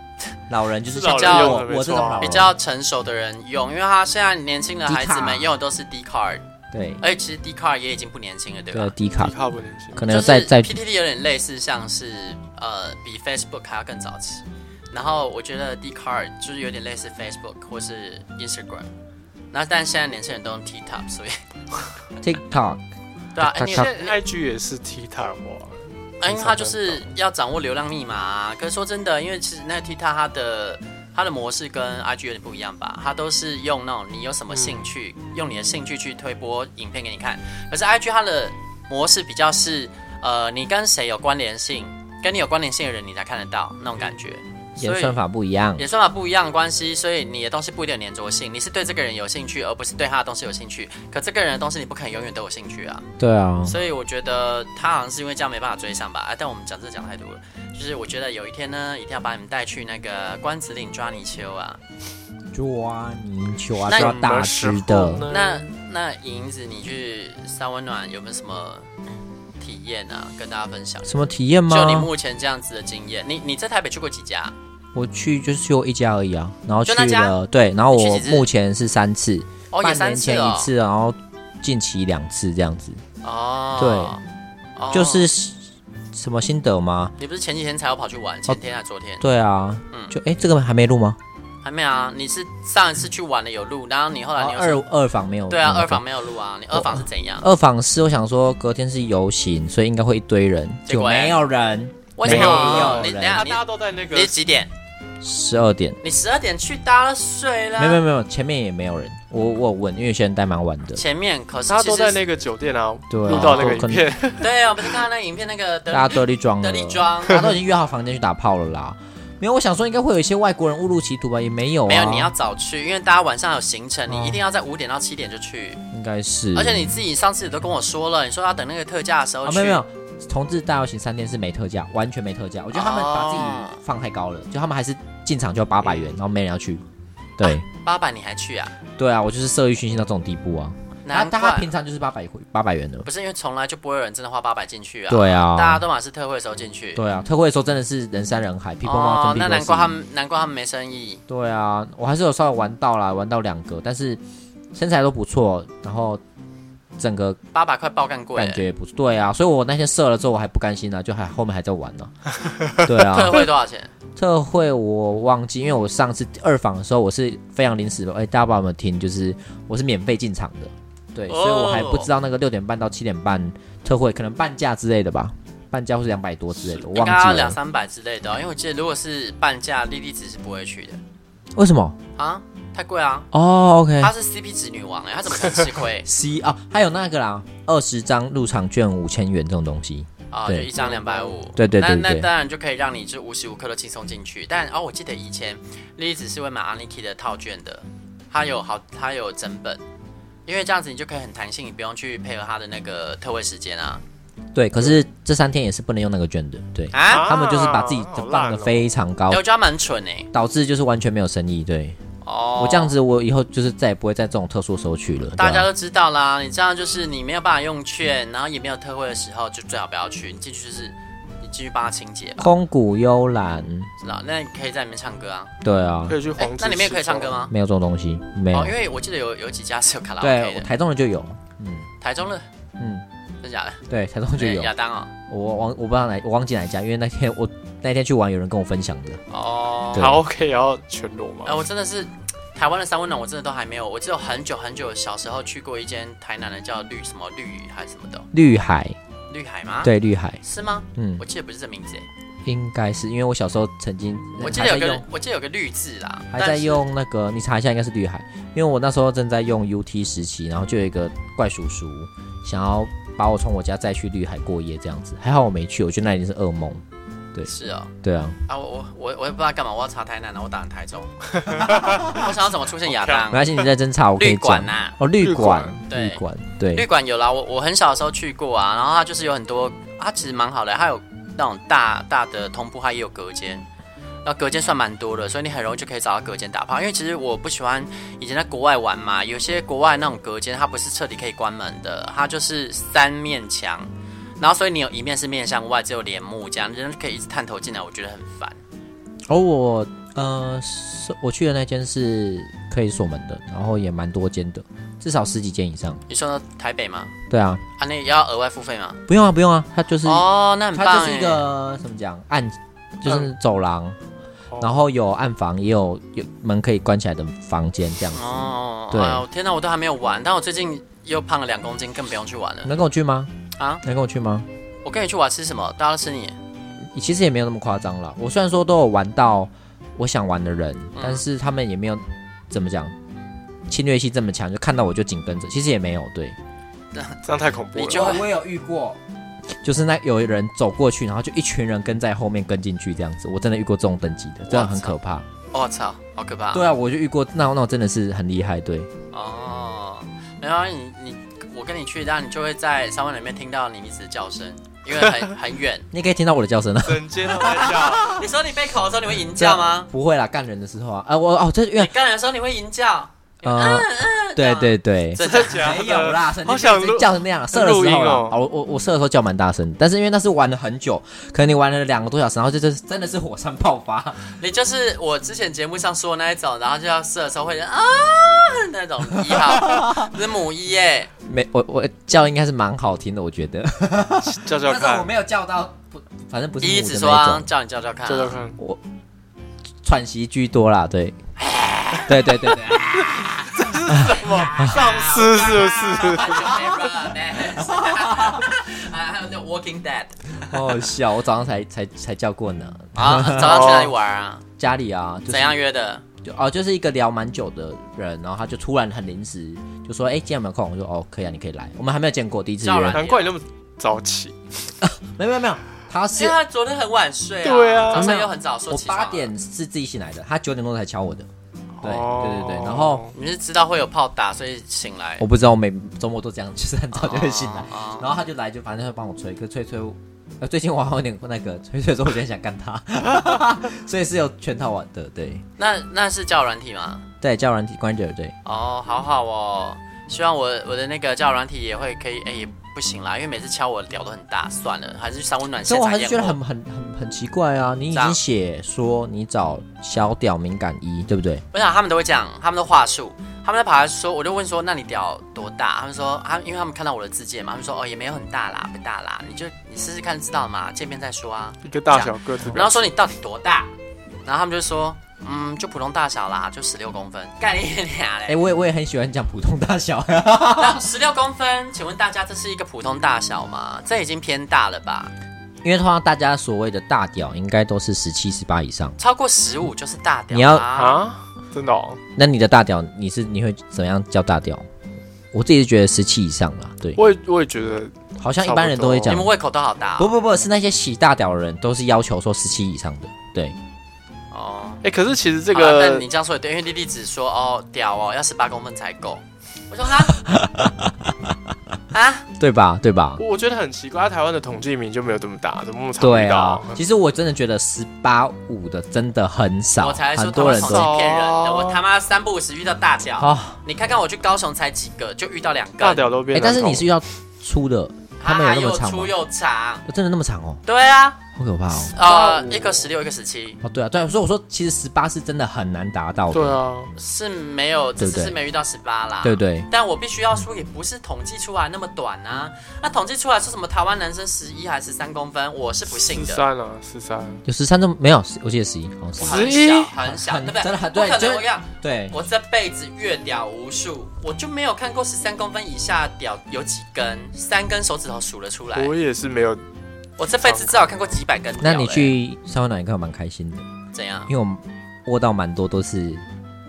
[SPEAKER 4] 老人就是
[SPEAKER 3] 是老
[SPEAKER 1] 人
[SPEAKER 4] 像
[SPEAKER 1] 用
[SPEAKER 4] 我
[SPEAKER 3] 的没
[SPEAKER 4] 我这
[SPEAKER 3] 错
[SPEAKER 4] 种
[SPEAKER 3] 啊
[SPEAKER 4] 老人
[SPEAKER 1] 比较成熟的人用，因为他现在年轻的孩子
[SPEAKER 4] Dcard
[SPEAKER 1] 们用的都是 D card，
[SPEAKER 4] 对
[SPEAKER 1] 而且其实 D card 也已经不年轻了，对吧
[SPEAKER 4] 对？低卡
[SPEAKER 3] 迪，卡不年轻，
[SPEAKER 4] 可能
[SPEAKER 1] 就
[SPEAKER 4] 有
[SPEAKER 1] 是
[SPEAKER 4] 再再
[SPEAKER 1] PTT 有点类似，像是呃比 Facebook 还要更早期。然后我觉得 D card 就是有点类似 Facebook 或是 Instagram，那但现在年轻人都用 TikTok，所以
[SPEAKER 4] TikTok
[SPEAKER 1] 对啊，哎、你
[SPEAKER 4] 他
[SPEAKER 3] 现在 IG 也是 T 塔哇，
[SPEAKER 1] 啊，因为他就是要掌握流量密码、啊。可是说真的，因为其实那个 TikTok 它的它的模式跟 IG 有点不一样吧，它都是用那种你有什么兴趣，
[SPEAKER 4] 嗯
[SPEAKER 1] 用你的兴趣去推播影片给你看。可是 IG 它的模式比较是，呃，你跟谁有关联性，跟你有关联性的人你才看得到那种感觉。
[SPEAKER 4] 演
[SPEAKER 1] 所以
[SPEAKER 4] 算法不一样，
[SPEAKER 1] 演算法不一样的关系，所以你的东西不一定有粘着性。你是对这个人有兴趣，而不是对他的东西有兴趣。可这个人的东西你不可能永远都有兴趣啊。
[SPEAKER 4] 对啊，
[SPEAKER 1] 所以我觉得他好像是因为这样没办法追上吧。啊、但我们讲这讲太多了，就是我觉得有一天呢，一定要把你们带去那个关子岭抓泥鳅啊。
[SPEAKER 4] 抓泥鳅啊，
[SPEAKER 1] 那
[SPEAKER 4] 抓
[SPEAKER 1] 有
[SPEAKER 4] 大
[SPEAKER 3] 什
[SPEAKER 4] 只
[SPEAKER 3] 么时候
[SPEAKER 4] 的，
[SPEAKER 3] 呢
[SPEAKER 1] 那那银子，你去三温暖有没有什么体验啊？跟大家分享。
[SPEAKER 4] 什么体验吗？
[SPEAKER 1] 就你目前这样子的经验，你你在台北去过几家？
[SPEAKER 4] 我去就是去过一家而已啊，然后去
[SPEAKER 1] 就那家
[SPEAKER 4] 了对，然后
[SPEAKER 1] 你去
[SPEAKER 4] 我
[SPEAKER 1] 几次
[SPEAKER 4] 目前是三次，
[SPEAKER 1] 哦，有
[SPEAKER 4] 半
[SPEAKER 1] 三
[SPEAKER 4] 年
[SPEAKER 1] 次
[SPEAKER 4] 前一
[SPEAKER 1] 哦。
[SPEAKER 4] 次，然后近期两次这样子，
[SPEAKER 1] 哦，对
[SPEAKER 4] 就是什么心得吗？
[SPEAKER 1] 你不是前几天才要跑去玩，前天还昨天？
[SPEAKER 4] 哦对啊，
[SPEAKER 1] 嗯
[SPEAKER 4] 就哎、诶这个还没录吗？
[SPEAKER 1] 还没啊？你是上一次去玩了有录，然后你后来
[SPEAKER 4] 然后
[SPEAKER 1] 啊你有
[SPEAKER 4] 哦二嗯
[SPEAKER 1] 说
[SPEAKER 4] 二房没有，
[SPEAKER 1] 对啊，
[SPEAKER 4] 没有
[SPEAKER 1] 二
[SPEAKER 4] 到
[SPEAKER 1] 房没有录啊，你二
[SPEAKER 4] 哦
[SPEAKER 1] 房是怎样？
[SPEAKER 4] 二访是我想说隔天是游行，所以应该会一堆人，
[SPEAKER 1] 结
[SPEAKER 4] 就
[SPEAKER 1] 果欸
[SPEAKER 4] 没有人，
[SPEAKER 1] 为什
[SPEAKER 4] 没有
[SPEAKER 1] 么？你
[SPEAKER 4] 人
[SPEAKER 1] 等
[SPEAKER 3] 他
[SPEAKER 1] 下
[SPEAKER 3] 大家
[SPEAKER 1] 你
[SPEAKER 3] 都在那个
[SPEAKER 1] 你几点？
[SPEAKER 4] 十二点，
[SPEAKER 1] 你十二点去搭了睡啦？
[SPEAKER 4] 没有没有没有，前面也没有人，我我有问，因为有些人待蛮晚的，
[SPEAKER 1] 前面可是
[SPEAKER 3] 大家
[SPEAKER 1] 其
[SPEAKER 3] 都
[SPEAKER 1] 实
[SPEAKER 3] 在那个酒店啊，
[SPEAKER 4] 对啊
[SPEAKER 3] 录到那个影
[SPEAKER 4] 可
[SPEAKER 3] 片
[SPEAKER 4] 能，
[SPEAKER 1] 对啊，我不是看到那影片那
[SPEAKER 4] *laughs*
[SPEAKER 1] 个德
[SPEAKER 4] 大家嗯得力装
[SPEAKER 1] 德
[SPEAKER 4] 了，
[SPEAKER 1] 利
[SPEAKER 4] *laughs*
[SPEAKER 1] 庄，
[SPEAKER 4] 大家都已经约好房间去打炮了啦。没有，我想说应该会有一些外国人误入歧途吧，也没有、啊，
[SPEAKER 1] 没有，你要早去，因为大家晚上有行程，
[SPEAKER 4] 嗯
[SPEAKER 1] 你一定要在五点到七点就去。
[SPEAKER 4] 应该是，
[SPEAKER 1] 而且你自己上次也都跟我说了，你说要等那个特价的时候
[SPEAKER 4] 啊
[SPEAKER 1] 去。
[SPEAKER 4] 没有没有，同志大游行三天是没特价，完全没特价，我觉得他们把自己放太高了，就他们还是进场就要八百
[SPEAKER 1] 嗯
[SPEAKER 4] 元，然后没人要去，对、
[SPEAKER 1] 八百你还去啊？
[SPEAKER 4] 对啊，我就是色欲熏心到这种地步啊，那
[SPEAKER 1] 难
[SPEAKER 4] 大家
[SPEAKER 1] 怪
[SPEAKER 4] 平常就是八百回八百元的，
[SPEAKER 1] 不是因为从来就不会有人真的花八百进去啊。
[SPEAKER 4] 对啊，
[SPEAKER 1] 大家都嘛是特惠的时候进去。
[SPEAKER 4] 对啊，特惠的时候真的是人山人海，people
[SPEAKER 1] 哦
[SPEAKER 4] mountain，
[SPEAKER 1] 那
[SPEAKER 4] people 嗯
[SPEAKER 1] 难怪
[SPEAKER 4] sea
[SPEAKER 1] 他们难怪他们没生意。
[SPEAKER 4] 对啊，我还是有稍微玩到啦，玩到两个，但是身材都不错，然后整个
[SPEAKER 1] 八百块爆干贵
[SPEAKER 4] 感
[SPEAKER 1] 欸，
[SPEAKER 4] 觉也不错。对啊，所以我那天射了之后我还不甘心呢、就还后面还在玩呢、 *laughs* 对啊
[SPEAKER 1] 特，惠多少钱？
[SPEAKER 4] 特惠我忘记，因为我上次二访的时候我是非常临时的，哎，大家不知道有没有听？就是我是免费进场的，对，
[SPEAKER 1] 哦
[SPEAKER 4] 所以我还不知道那个六点半到七点半特惠可能半价之类的吧，半价或是两百多之类的，我
[SPEAKER 1] 应
[SPEAKER 4] 忘
[SPEAKER 1] 该要
[SPEAKER 4] 记
[SPEAKER 1] 两
[SPEAKER 4] 了。
[SPEAKER 1] 三百之类的哦、因为我记得如果是半价，莉莉子是不会去的
[SPEAKER 4] 为什么？
[SPEAKER 1] 啊，太贵啊。
[SPEAKER 4] 哦，OK、o k
[SPEAKER 1] 她是 CP 值女王哎、她怎么可能吃
[SPEAKER 4] *laughs*
[SPEAKER 1] 亏
[SPEAKER 4] C 啊、还有那个啦，二十张入场券五千元这种东西，
[SPEAKER 1] 啊？就
[SPEAKER 4] 对
[SPEAKER 1] 一张两百五，
[SPEAKER 4] 对对对
[SPEAKER 1] 那那
[SPEAKER 4] 对
[SPEAKER 1] 当然就可以让你就无时无刻都轻松进去。但哦，我记得以前莉莉子是会买 Aniki 的套卷的，她有好，她有整本，因为这样子你就可以很弹性，你不用去配合她的那个特惠时间啊
[SPEAKER 4] 对，可是这三天也是不能用那个券的，对，
[SPEAKER 1] 啊！
[SPEAKER 4] 他们就是把自己
[SPEAKER 3] 好烂
[SPEAKER 4] 放的
[SPEAKER 3] 哦
[SPEAKER 4] 非常高
[SPEAKER 1] 哎、，我觉得她蛮蠢哎、
[SPEAKER 4] 导致就是完全没有生意。对
[SPEAKER 1] 哦，
[SPEAKER 4] 我这样。子，我以后就是再也不会在这种特殊时候去了。
[SPEAKER 1] 大家
[SPEAKER 4] 对啊
[SPEAKER 1] 都知道啦，你这样就是你没有办法用券，然后也没有特惠的时候，就最好不要去。你进去就是你进去帮他清洁吧，
[SPEAKER 4] 空谷幽兰，
[SPEAKER 1] 知道？那你可以在里面唱
[SPEAKER 4] *laughs*
[SPEAKER 1] 歌啊。
[SPEAKER 4] 对
[SPEAKER 3] *laughs*
[SPEAKER 4] 啊
[SPEAKER 3] 可，以去
[SPEAKER 1] 哎、
[SPEAKER 3] 黄。
[SPEAKER 1] 那里面可以唱歌？吗？
[SPEAKER 4] 没有这种东西，没有。
[SPEAKER 1] 哦，因为我记得有有几家是有卡拉
[SPEAKER 4] 对，我
[SPEAKER 1] OK 的，
[SPEAKER 4] 台中的就有，
[SPEAKER 1] 台中的，
[SPEAKER 4] 嗯，
[SPEAKER 1] 真假的？
[SPEAKER 4] 对，台中就有
[SPEAKER 1] 哎。亚当哦，
[SPEAKER 4] 我忘我不知道哪，我忘记哪一家，因为那天我那天去玩，有人跟我分享的。
[SPEAKER 1] 哦，
[SPEAKER 4] 对
[SPEAKER 3] 好，OK，也要全裸
[SPEAKER 1] 哎、我
[SPEAKER 3] 吗？
[SPEAKER 1] 真的是台湾的三温暖，我真的都还没有，我只有很久很久小时候去过一间台南的叫绿什么绿还是什么的
[SPEAKER 4] 绿海，
[SPEAKER 1] 绿海吗？，
[SPEAKER 4] 对，绿海，
[SPEAKER 1] 是吗？
[SPEAKER 4] 嗯
[SPEAKER 1] 啊我，记得不是这名字哎，
[SPEAKER 4] 应该是因为我小时候曾经
[SPEAKER 1] 我记
[SPEAKER 4] 还
[SPEAKER 1] 得有
[SPEAKER 4] 在
[SPEAKER 1] 个
[SPEAKER 4] 用
[SPEAKER 1] 我记得有个绿字啦，
[SPEAKER 4] 还
[SPEAKER 1] 但
[SPEAKER 4] 在
[SPEAKER 1] 是
[SPEAKER 4] 用那个，你查一下，应该是绿海，因为我那时候正在用 UT 时期，然后就有一个怪叔叔想要把我从我家载去绿海过夜这样子，还好我没去，我觉得那一定是噩梦。
[SPEAKER 1] 是哦。
[SPEAKER 4] 对啊，
[SPEAKER 1] 啊，我我我我也不知道干嘛，我要查台南了，我打成台中，我想要怎么出现亚当
[SPEAKER 4] 没？关系，你认真查，我可以
[SPEAKER 1] 绿馆
[SPEAKER 4] 讲。
[SPEAKER 1] 呐、
[SPEAKER 4] 哦，绿馆，
[SPEAKER 1] 对
[SPEAKER 4] 绿馆，
[SPEAKER 1] 绿
[SPEAKER 4] 对，
[SPEAKER 1] 馆有啦，我我很小的时候去过啊，然后它就是有很多，它其实蛮好的，它有那种大大的同步，它也有隔间，然后隔间算蛮多的，所以你很容易就可以找到隔间打炮。因为其实我不喜欢以前在国外玩嘛，有些国外那种隔间它不是彻底可以关门的，它就是三面墙，然后所以你有一面是面向外，只有帘幕这样，人家可以一直探头进来，我觉得很烦。
[SPEAKER 4] 而哦我呃，是我去的那间是可以锁门的，然后也蛮多间的，至少十几间以上。
[SPEAKER 1] 你说台北吗？
[SPEAKER 4] 对啊，
[SPEAKER 1] 啊，那也要额外付费吗？
[SPEAKER 4] 不用啊，不用啊，它就是
[SPEAKER 1] 哦，那很棒嗯
[SPEAKER 4] 它就是一
[SPEAKER 1] 哎
[SPEAKER 4] 个怎么讲暗，就是走廊，然后有暗房，也有有门可以关起来的房间这样子。
[SPEAKER 1] 哦，
[SPEAKER 4] 对
[SPEAKER 1] 哎呦天哪，我都还没有玩，但我最近又胖了两公斤，更不用去玩了
[SPEAKER 4] 能跟我去吗？
[SPEAKER 1] 嗯啊！
[SPEAKER 4] 能跟我去吗？
[SPEAKER 1] 我跟你去玩吃什么？大家都吃你，
[SPEAKER 4] 其实也没有那么夸张啦。我虽然说都有玩到我想玩的人，
[SPEAKER 1] 嗯
[SPEAKER 4] 但是他们也没有怎么讲侵略性这么强，就看到我就紧跟着。其实也没有，对，
[SPEAKER 3] 这样太恐怖
[SPEAKER 1] 你
[SPEAKER 3] 了。
[SPEAKER 1] 就
[SPEAKER 4] 我有遇过，就是那有人走过去，然后就一群人跟在后面跟进去这样子。我真的遇过这种等级的，真的很可怕。
[SPEAKER 1] 我、啊哦操，好可怕！
[SPEAKER 4] 对啊，我就遇过，那那我真的是很厉害，对。
[SPEAKER 1] 哦，没有啊你你我跟你去，然后你就会在沙湾里面听到你一直叫声，因为很 *laughs* 很远。
[SPEAKER 4] 你可以听到我的叫声啊。
[SPEAKER 3] 整间都在
[SPEAKER 1] *laughs*
[SPEAKER 3] 笑，
[SPEAKER 1] 你说你被口的时候你会吟叫吗？
[SPEAKER 4] *laughs* 不会啦，干人的时候啊，啊我哦，这因
[SPEAKER 1] 你
[SPEAKER 4] 为
[SPEAKER 1] 干的时候你会吟叫？
[SPEAKER 4] 呃，对对对，
[SPEAKER 1] 真的
[SPEAKER 3] 真的假的？
[SPEAKER 4] 没有啦，神
[SPEAKER 3] 好
[SPEAKER 4] 经病
[SPEAKER 3] 想
[SPEAKER 4] 谁
[SPEAKER 3] 录
[SPEAKER 4] 叫成那样啊，射的时
[SPEAKER 3] 录音
[SPEAKER 4] 候啦，
[SPEAKER 3] 哦
[SPEAKER 4] 啊我我我射的时候叫蛮大声，但是因为那是玩了很久，可能你玩了两个多小时，然后就就是真的是火山爆发，
[SPEAKER 1] 你就是我之前节目上说的那一种，然后就要射的时候会啊那种一
[SPEAKER 4] *laughs*
[SPEAKER 1] 号，是母一耶。
[SPEAKER 4] 没我我叫应该是蛮好听的，我觉得，
[SPEAKER 3] 叫叫
[SPEAKER 4] 但是我
[SPEAKER 3] 看，
[SPEAKER 4] 没有叫到，不反正不是
[SPEAKER 1] 一
[SPEAKER 4] 母
[SPEAKER 1] 直
[SPEAKER 4] 的
[SPEAKER 1] 说
[SPEAKER 4] 那
[SPEAKER 1] 啊
[SPEAKER 4] 种，
[SPEAKER 1] 叫你叫叫看啊、
[SPEAKER 3] 叫叫看，
[SPEAKER 4] 喘息居多啦，对，对对对对，
[SPEAKER 3] 丧尸是不是？
[SPEAKER 1] 还有那 Walking Dead
[SPEAKER 4] 好好笑，我早上才才才叫过呢，
[SPEAKER 1] 啊，早上去哪里玩啊？
[SPEAKER 4] 家里啊，就是
[SPEAKER 1] 怎样约的？
[SPEAKER 4] 就哦，就是一个聊蛮久的人，然后他就突然很临时就说，哎、今天有没有空？我说哦，可以啊，你可以来，我们还没有见过，第一次
[SPEAKER 1] 叫人
[SPEAKER 4] 约，
[SPEAKER 3] 难怪你那么早起。
[SPEAKER 4] 没有没有没有，他
[SPEAKER 1] 因
[SPEAKER 4] 是
[SPEAKER 1] 为他昨天很晚睡啊，
[SPEAKER 3] 对啊
[SPEAKER 1] 早上又很早说
[SPEAKER 4] 我
[SPEAKER 1] 起床
[SPEAKER 4] 八。点是自己醒来的，他九点多才敲我的，对
[SPEAKER 3] 哦
[SPEAKER 4] 对对对，然后。
[SPEAKER 1] 你是知道会有炮打，所以醒来
[SPEAKER 4] 我。不知道，我每周末都这样，就是很早就会醒来，
[SPEAKER 1] 哦
[SPEAKER 4] 然后他就来，就反正会帮我吹，可是吹吹，呃，最近我好像有点那个吹吹之后，我有点想干他，
[SPEAKER 1] *laughs*
[SPEAKER 4] 所以是有全套玩的，对，
[SPEAKER 1] 那那是叫软体吗？
[SPEAKER 4] 对，叫软体关节，对，
[SPEAKER 1] 哦，好好哦，希望我我的那个叫软体也会可以，哎、也不行啦，因为每次敲我的屌都很大，算了，还是去三温暖
[SPEAKER 4] 所
[SPEAKER 1] 现
[SPEAKER 4] 以我
[SPEAKER 1] 场
[SPEAKER 4] 还是
[SPEAKER 1] 验
[SPEAKER 4] 觉得
[SPEAKER 1] 货
[SPEAKER 4] 很。很很很奇怪啊，你已
[SPEAKER 1] 这样
[SPEAKER 4] 经写说你找小屌敏感一，对不对？
[SPEAKER 1] 我想他们都会这样，他们的话术，他们在跑来说，我就问说，那你屌多大？他们说，啊，因为他们看到我的字界嘛，他们说，哦，也没有很大啦，不大啦，你就你试试看，知道吗？见面再说啊。
[SPEAKER 3] 一个大小个子，
[SPEAKER 1] 然后说你到底多大？然后他们就说，嗯，就普通大小啦，就十六公分。干你俩嘞
[SPEAKER 4] 哎、！我也我也很喜欢讲普通大小，啊哎
[SPEAKER 1] 十六公分，请问大家这是一个普通大小吗？这已经偏大了吧？
[SPEAKER 4] *laughs* 因为通常大家所谓的大屌应该都是十七、十八以上，
[SPEAKER 1] 超过十五就是大屌
[SPEAKER 4] 你要
[SPEAKER 1] 啊！
[SPEAKER 3] 啊，真的哦，
[SPEAKER 4] 那你的大屌你是你会怎样叫大屌？我自己是觉得十七以上啦，对，
[SPEAKER 3] 我也我也觉得
[SPEAKER 4] 好像一般人都会
[SPEAKER 3] 差
[SPEAKER 4] 讲
[SPEAKER 1] 你们。胃口都好大
[SPEAKER 4] 不
[SPEAKER 1] 哦。
[SPEAKER 4] 不不是那些洗大屌的人，都是要求说十七以上的。对，
[SPEAKER 1] 哦
[SPEAKER 3] 哎、可是其实这
[SPEAKER 1] 这个，但
[SPEAKER 3] 个
[SPEAKER 1] 你这样说也对，因为丽丽只说哦屌哦，要十八公分才够。我说哈 *laughs* 啊，
[SPEAKER 4] 对吧？对吧？
[SPEAKER 3] 我我觉得很奇怪，啊台湾的统计名就没有这么大，怎么那么常
[SPEAKER 4] 对
[SPEAKER 3] 遇
[SPEAKER 4] 啊
[SPEAKER 3] 到？，
[SPEAKER 4] 其实我真的觉得十八五的真的很少，
[SPEAKER 1] 我才说他
[SPEAKER 4] 很多
[SPEAKER 1] 们
[SPEAKER 4] 人
[SPEAKER 1] 统
[SPEAKER 4] 都
[SPEAKER 1] 计骗人的，
[SPEAKER 3] 哦
[SPEAKER 1] 我他妈三不五时遇到大屌。
[SPEAKER 4] 啊。
[SPEAKER 1] 你看看我去高雄才几个，就遇到两个。
[SPEAKER 3] 大屌都变
[SPEAKER 4] 哎，
[SPEAKER 3] 男同。
[SPEAKER 4] 但是你是遇到粗的，他们
[SPEAKER 1] 哈哈
[SPEAKER 4] 有那
[SPEAKER 1] 又
[SPEAKER 4] 么长
[SPEAKER 1] 啊粗
[SPEAKER 4] 吗？
[SPEAKER 1] 又长。
[SPEAKER 4] 真的那么长哦，
[SPEAKER 1] 对啊，
[SPEAKER 4] 好可怕哦。
[SPEAKER 1] 呃，一个十六，一个十七，
[SPEAKER 4] 哦，对啊，对啊，所以我说其实十八是真的很难达到的。
[SPEAKER 3] 对，啊，
[SPEAKER 1] 是没有，只
[SPEAKER 4] 对不对
[SPEAKER 1] 是没遇到十八啦。
[SPEAKER 4] 对不对？
[SPEAKER 1] 但我必须要说，也不是统计出来那么短啊。那统计出来说什么台湾男生十一还是十三公分，我是不信
[SPEAKER 3] 十
[SPEAKER 1] 的。
[SPEAKER 3] 三啊，十三，
[SPEAKER 4] 有十三都没有，我记得十一，好像是。
[SPEAKER 1] 很
[SPEAKER 3] 11
[SPEAKER 1] 小很小，
[SPEAKER 4] 很
[SPEAKER 1] 对不对？
[SPEAKER 4] 真的很
[SPEAKER 1] 不可
[SPEAKER 4] 对
[SPEAKER 1] 能
[SPEAKER 4] 就是
[SPEAKER 1] 我跟你讲，
[SPEAKER 4] 对，
[SPEAKER 1] 我这辈子越屌无数，我就没有看过十三公分以下的屌有几根，三根手指头数得出来。
[SPEAKER 3] 我也是没有。
[SPEAKER 1] 我这辈子至少看过几百根屌
[SPEAKER 4] 那
[SPEAKER 1] 嘞。
[SPEAKER 4] 你去三温暖应该蛮开心的，
[SPEAKER 1] 怎样？
[SPEAKER 4] 因为我握到蛮多都是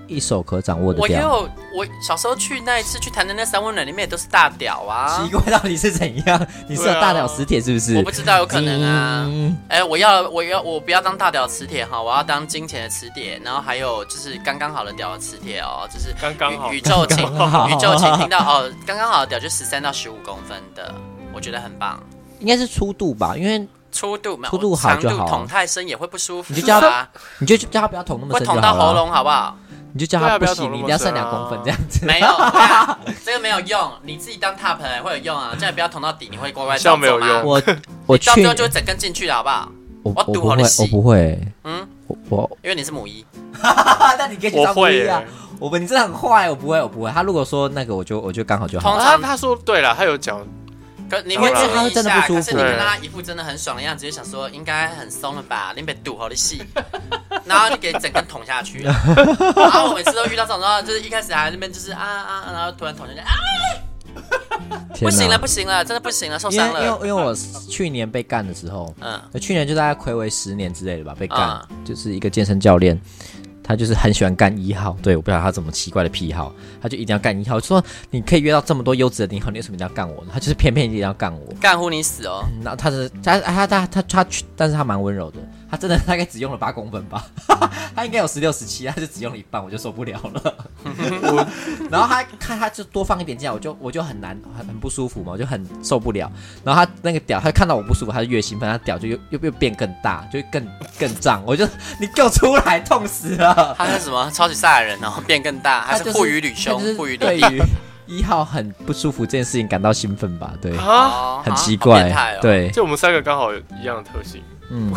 [SPEAKER 4] 一手可掌握的
[SPEAKER 1] 我也
[SPEAKER 4] 屌。
[SPEAKER 1] 有，我小时候去那一次去谈的那三温暖里面也都是大屌啊
[SPEAKER 4] 奇。怪，到底是怎样？你是有大屌磁铁是不是？
[SPEAKER 1] 我不知道，有可能啊。
[SPEAKER 4] 嗯
[SPEAKER 1] 哎、我要，我要，我不要当大屌磁铁哈，我要当金钱的磁铁，然后还有就是刚刚好的屌的磁铁哦，就是
[SPEAKER 3] 刚刚好
[SPEAKER 1] 宇宇宙请
[SPEAKER 4] 刚刚好
[SPEAKER 1] 宇宙请听到哦，刚刚好的屌就十三到十五公分的，我觉得很棒。
[SPEAKER 4] 应该是粗度吧，因为
[SPEAKER 1] 粗度嘛，
[SPEAKER 4] 粗度好
[SPEAKER 1] 长
[SPEAKER 4] 就
[SPEAKER 1] 度
[SPEAKER 4] 好啊
[SPEAKER 1] 捅太深也会不舒服、啊，
[SPEAKER 4] 你就叫他你就叫他不要捅那么
[SPEAKER 1] 会
[SPEAKER 4] 深就
[SPEAKER 1] 捅
[SPEAKER 4] 好了
[SPEAKER 1] 到
[SPEAKER 4] 啊。
[SPEAKER 1] 喉咙好不
[SPEAKER 4] *laughs*
[SPEAKER 1] 好？
[SPEAKER 4] 你就叫
[SPEAKER 3] 对
[SPEAKER 4] 他
[SPEAKER 3] 啊不要
[SPEAKER 4] 行，
[SPEAKER 3] 捅那
[SPEAKER 4] 你一
[SPEAKER 3] 么
[SPEAKER 4] 定要剩
[SPEAKER 3] 深啊
[SPEAKER 4] 两公分这样子。
[SPEAKER 1] 没有，我跟你讲这个没有用，你自己当踏盆会有用啊，这样不要捅到底，你会乖乖
[SPEAKER 3] 这样
[SPEAKER 1] 照
[SPEAKER 3] 没有
[SPEAKER 1] 做吗？
[SPEAKER 3] 用
[SPEAKER 4] 我我去
[SPEAKER 1] 到，最后就会整根进去了，好不好？
[SPEAKER 4] 我
[SPEAKER 1] 我
[SPEAKER 4] 我
[SPEAKER 1] 赌
[SPEAKER 4] 不
[SPEAKER 1] 好
[SPEAKER 4] 会
[SPEAKER 1] 的，戏
[SPEAKER 4] 我不会。
[SPEAKER 1] 嗯，
[SPEAKER 4] 我我
[SPEAKER 1] 因为你是母一，
[SPEAKER 4] *laughs* 啊，但你可以
[SPEAKER 3] 我会耶、
[SPEAKER 4] 啊我们你真的很坏，我不会，我不会。他如果说那个，我就我就刚好就好
[SPEAKER 1] 通
[SPEAKER 4] 了。
[SPEAKER 3] 他
[SPEAKER 1] 常
[SPEAKER 3] 啊他说对了，他有讲，
[SPEAKER 1] 可你会
[SPEAKER 3] 因为
[SPEAKER 1] 注
[SPEAKER 4] 他
[SPEAKER 1] 意
[SPEAKER 4] 会
[SPEAKER 1] 一
[SPEAKER 4] 真的
[SPEAKER 1] 下，
[SPEAKER 4] 不舒服
[SPEAKER 1] 可是你看到他一副真的很爽的样子，就想说应该很松了吧，你被堵好的
[SPEAKER 4] *laughs*
[SPEAKER 1] 戏，然后就给整根捅下去了。然后我每次都遇到这种状况，就是一开始还在那边就是啊啊，啊然后突然捅下去，啊不
[SPEAKER 4] 天哪
[SPEAKER 1] 行了不行了，真的不行了，受
[SPEAKER 4] 因为
[SPEAKER 1] 伤
[SPEAKER 4] 因为
[SPEAKER 1] 了。
[SPEAKER 4] 因为我去年被干的时候，
[SPEAKER 1] 嗯，
[SPEAKER 4] 呃去年就大概暌违十年之类的吧，被干、
[SPEAKER 1] 啊
[SPEAKER 4] 就是一个健身教练，他就是很喜欢干一号，对，我不知道他怎么奇怪的癖好，他就一定要干一号，说你可以约到这么多优质的一号，你为什么一定要干我呢？他就是偏偏一定要干我。
[SPEAKER 1] 干乎你死哦！
[SPEAKER 4] 然后他的他他他他他去，但是他蛮温柔的，他真的大概只用了八公分吧，他应该有十六十七，他就只用了一半，我就受不了了。然后他看他就多放一点进来，我就我就很难很很不舒服嘛，我就很受不了。然后他那个屌，他看到我不舒服，他就越兴奋，他屌就又又又变更大，就更更胀，我就你给我出来，痛死了。
[SPEAKER 1] 他是什么超级赛亚人哦，变更大，还
[SPEAKER 4] 他
[SPEAKER 1] 是
[SPEAKER 4] 就是
[SPEAKER 1] 护鱼女
[SPEAKER 4] 他
[SPEAKER 1] 胸
[SPEAKER 4] 就、是
[SPEAKER 1] 护鱼
[SPEAKER 4] 对
[SPEAKER 1] 女
[SPEAKER 4] 于一号很不舒服这件事情感到兴奋吧？对，
[SPEAKER 3] 啊，
[SPEAKER 1] 哦
[SPEAKER 4] 很
[SPEAKER 1] 啊
[SPEAKER 4] 奇
[SPEAKER 1] 好
[SPEAKER 4] 怪
[SPEAKER 1] 变态，哦。
[SPEAKER 4] 对，
[SPEAKER 3] 就我们三个刚好有一样的特性。
[SPEAKER 4] 嗯。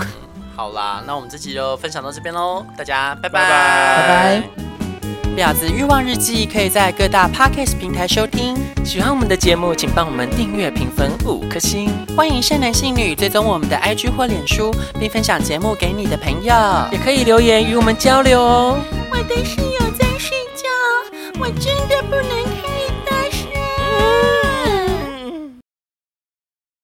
[SPEAKER 1] 好啦，那我们这期就分享到这边喽，大家拜
[SPEAKER 3] 拜
[SPEAKER 4] 拜
[SPEAKER 1] 拜
[SPEAKER 4] 拜
[SPEAKER 1] 婊子欲望日记》可以在各大 podcast 平台收听。喜欢我们的节目，请帮我们订阅、评分五颗星。欢迎善男信女追踪我们的 IG 或脸书，并分享节目给你的朋友，也可以留言与我们交流哦。
[SPEAKER 2] 我的室友在睡觉，我真的不能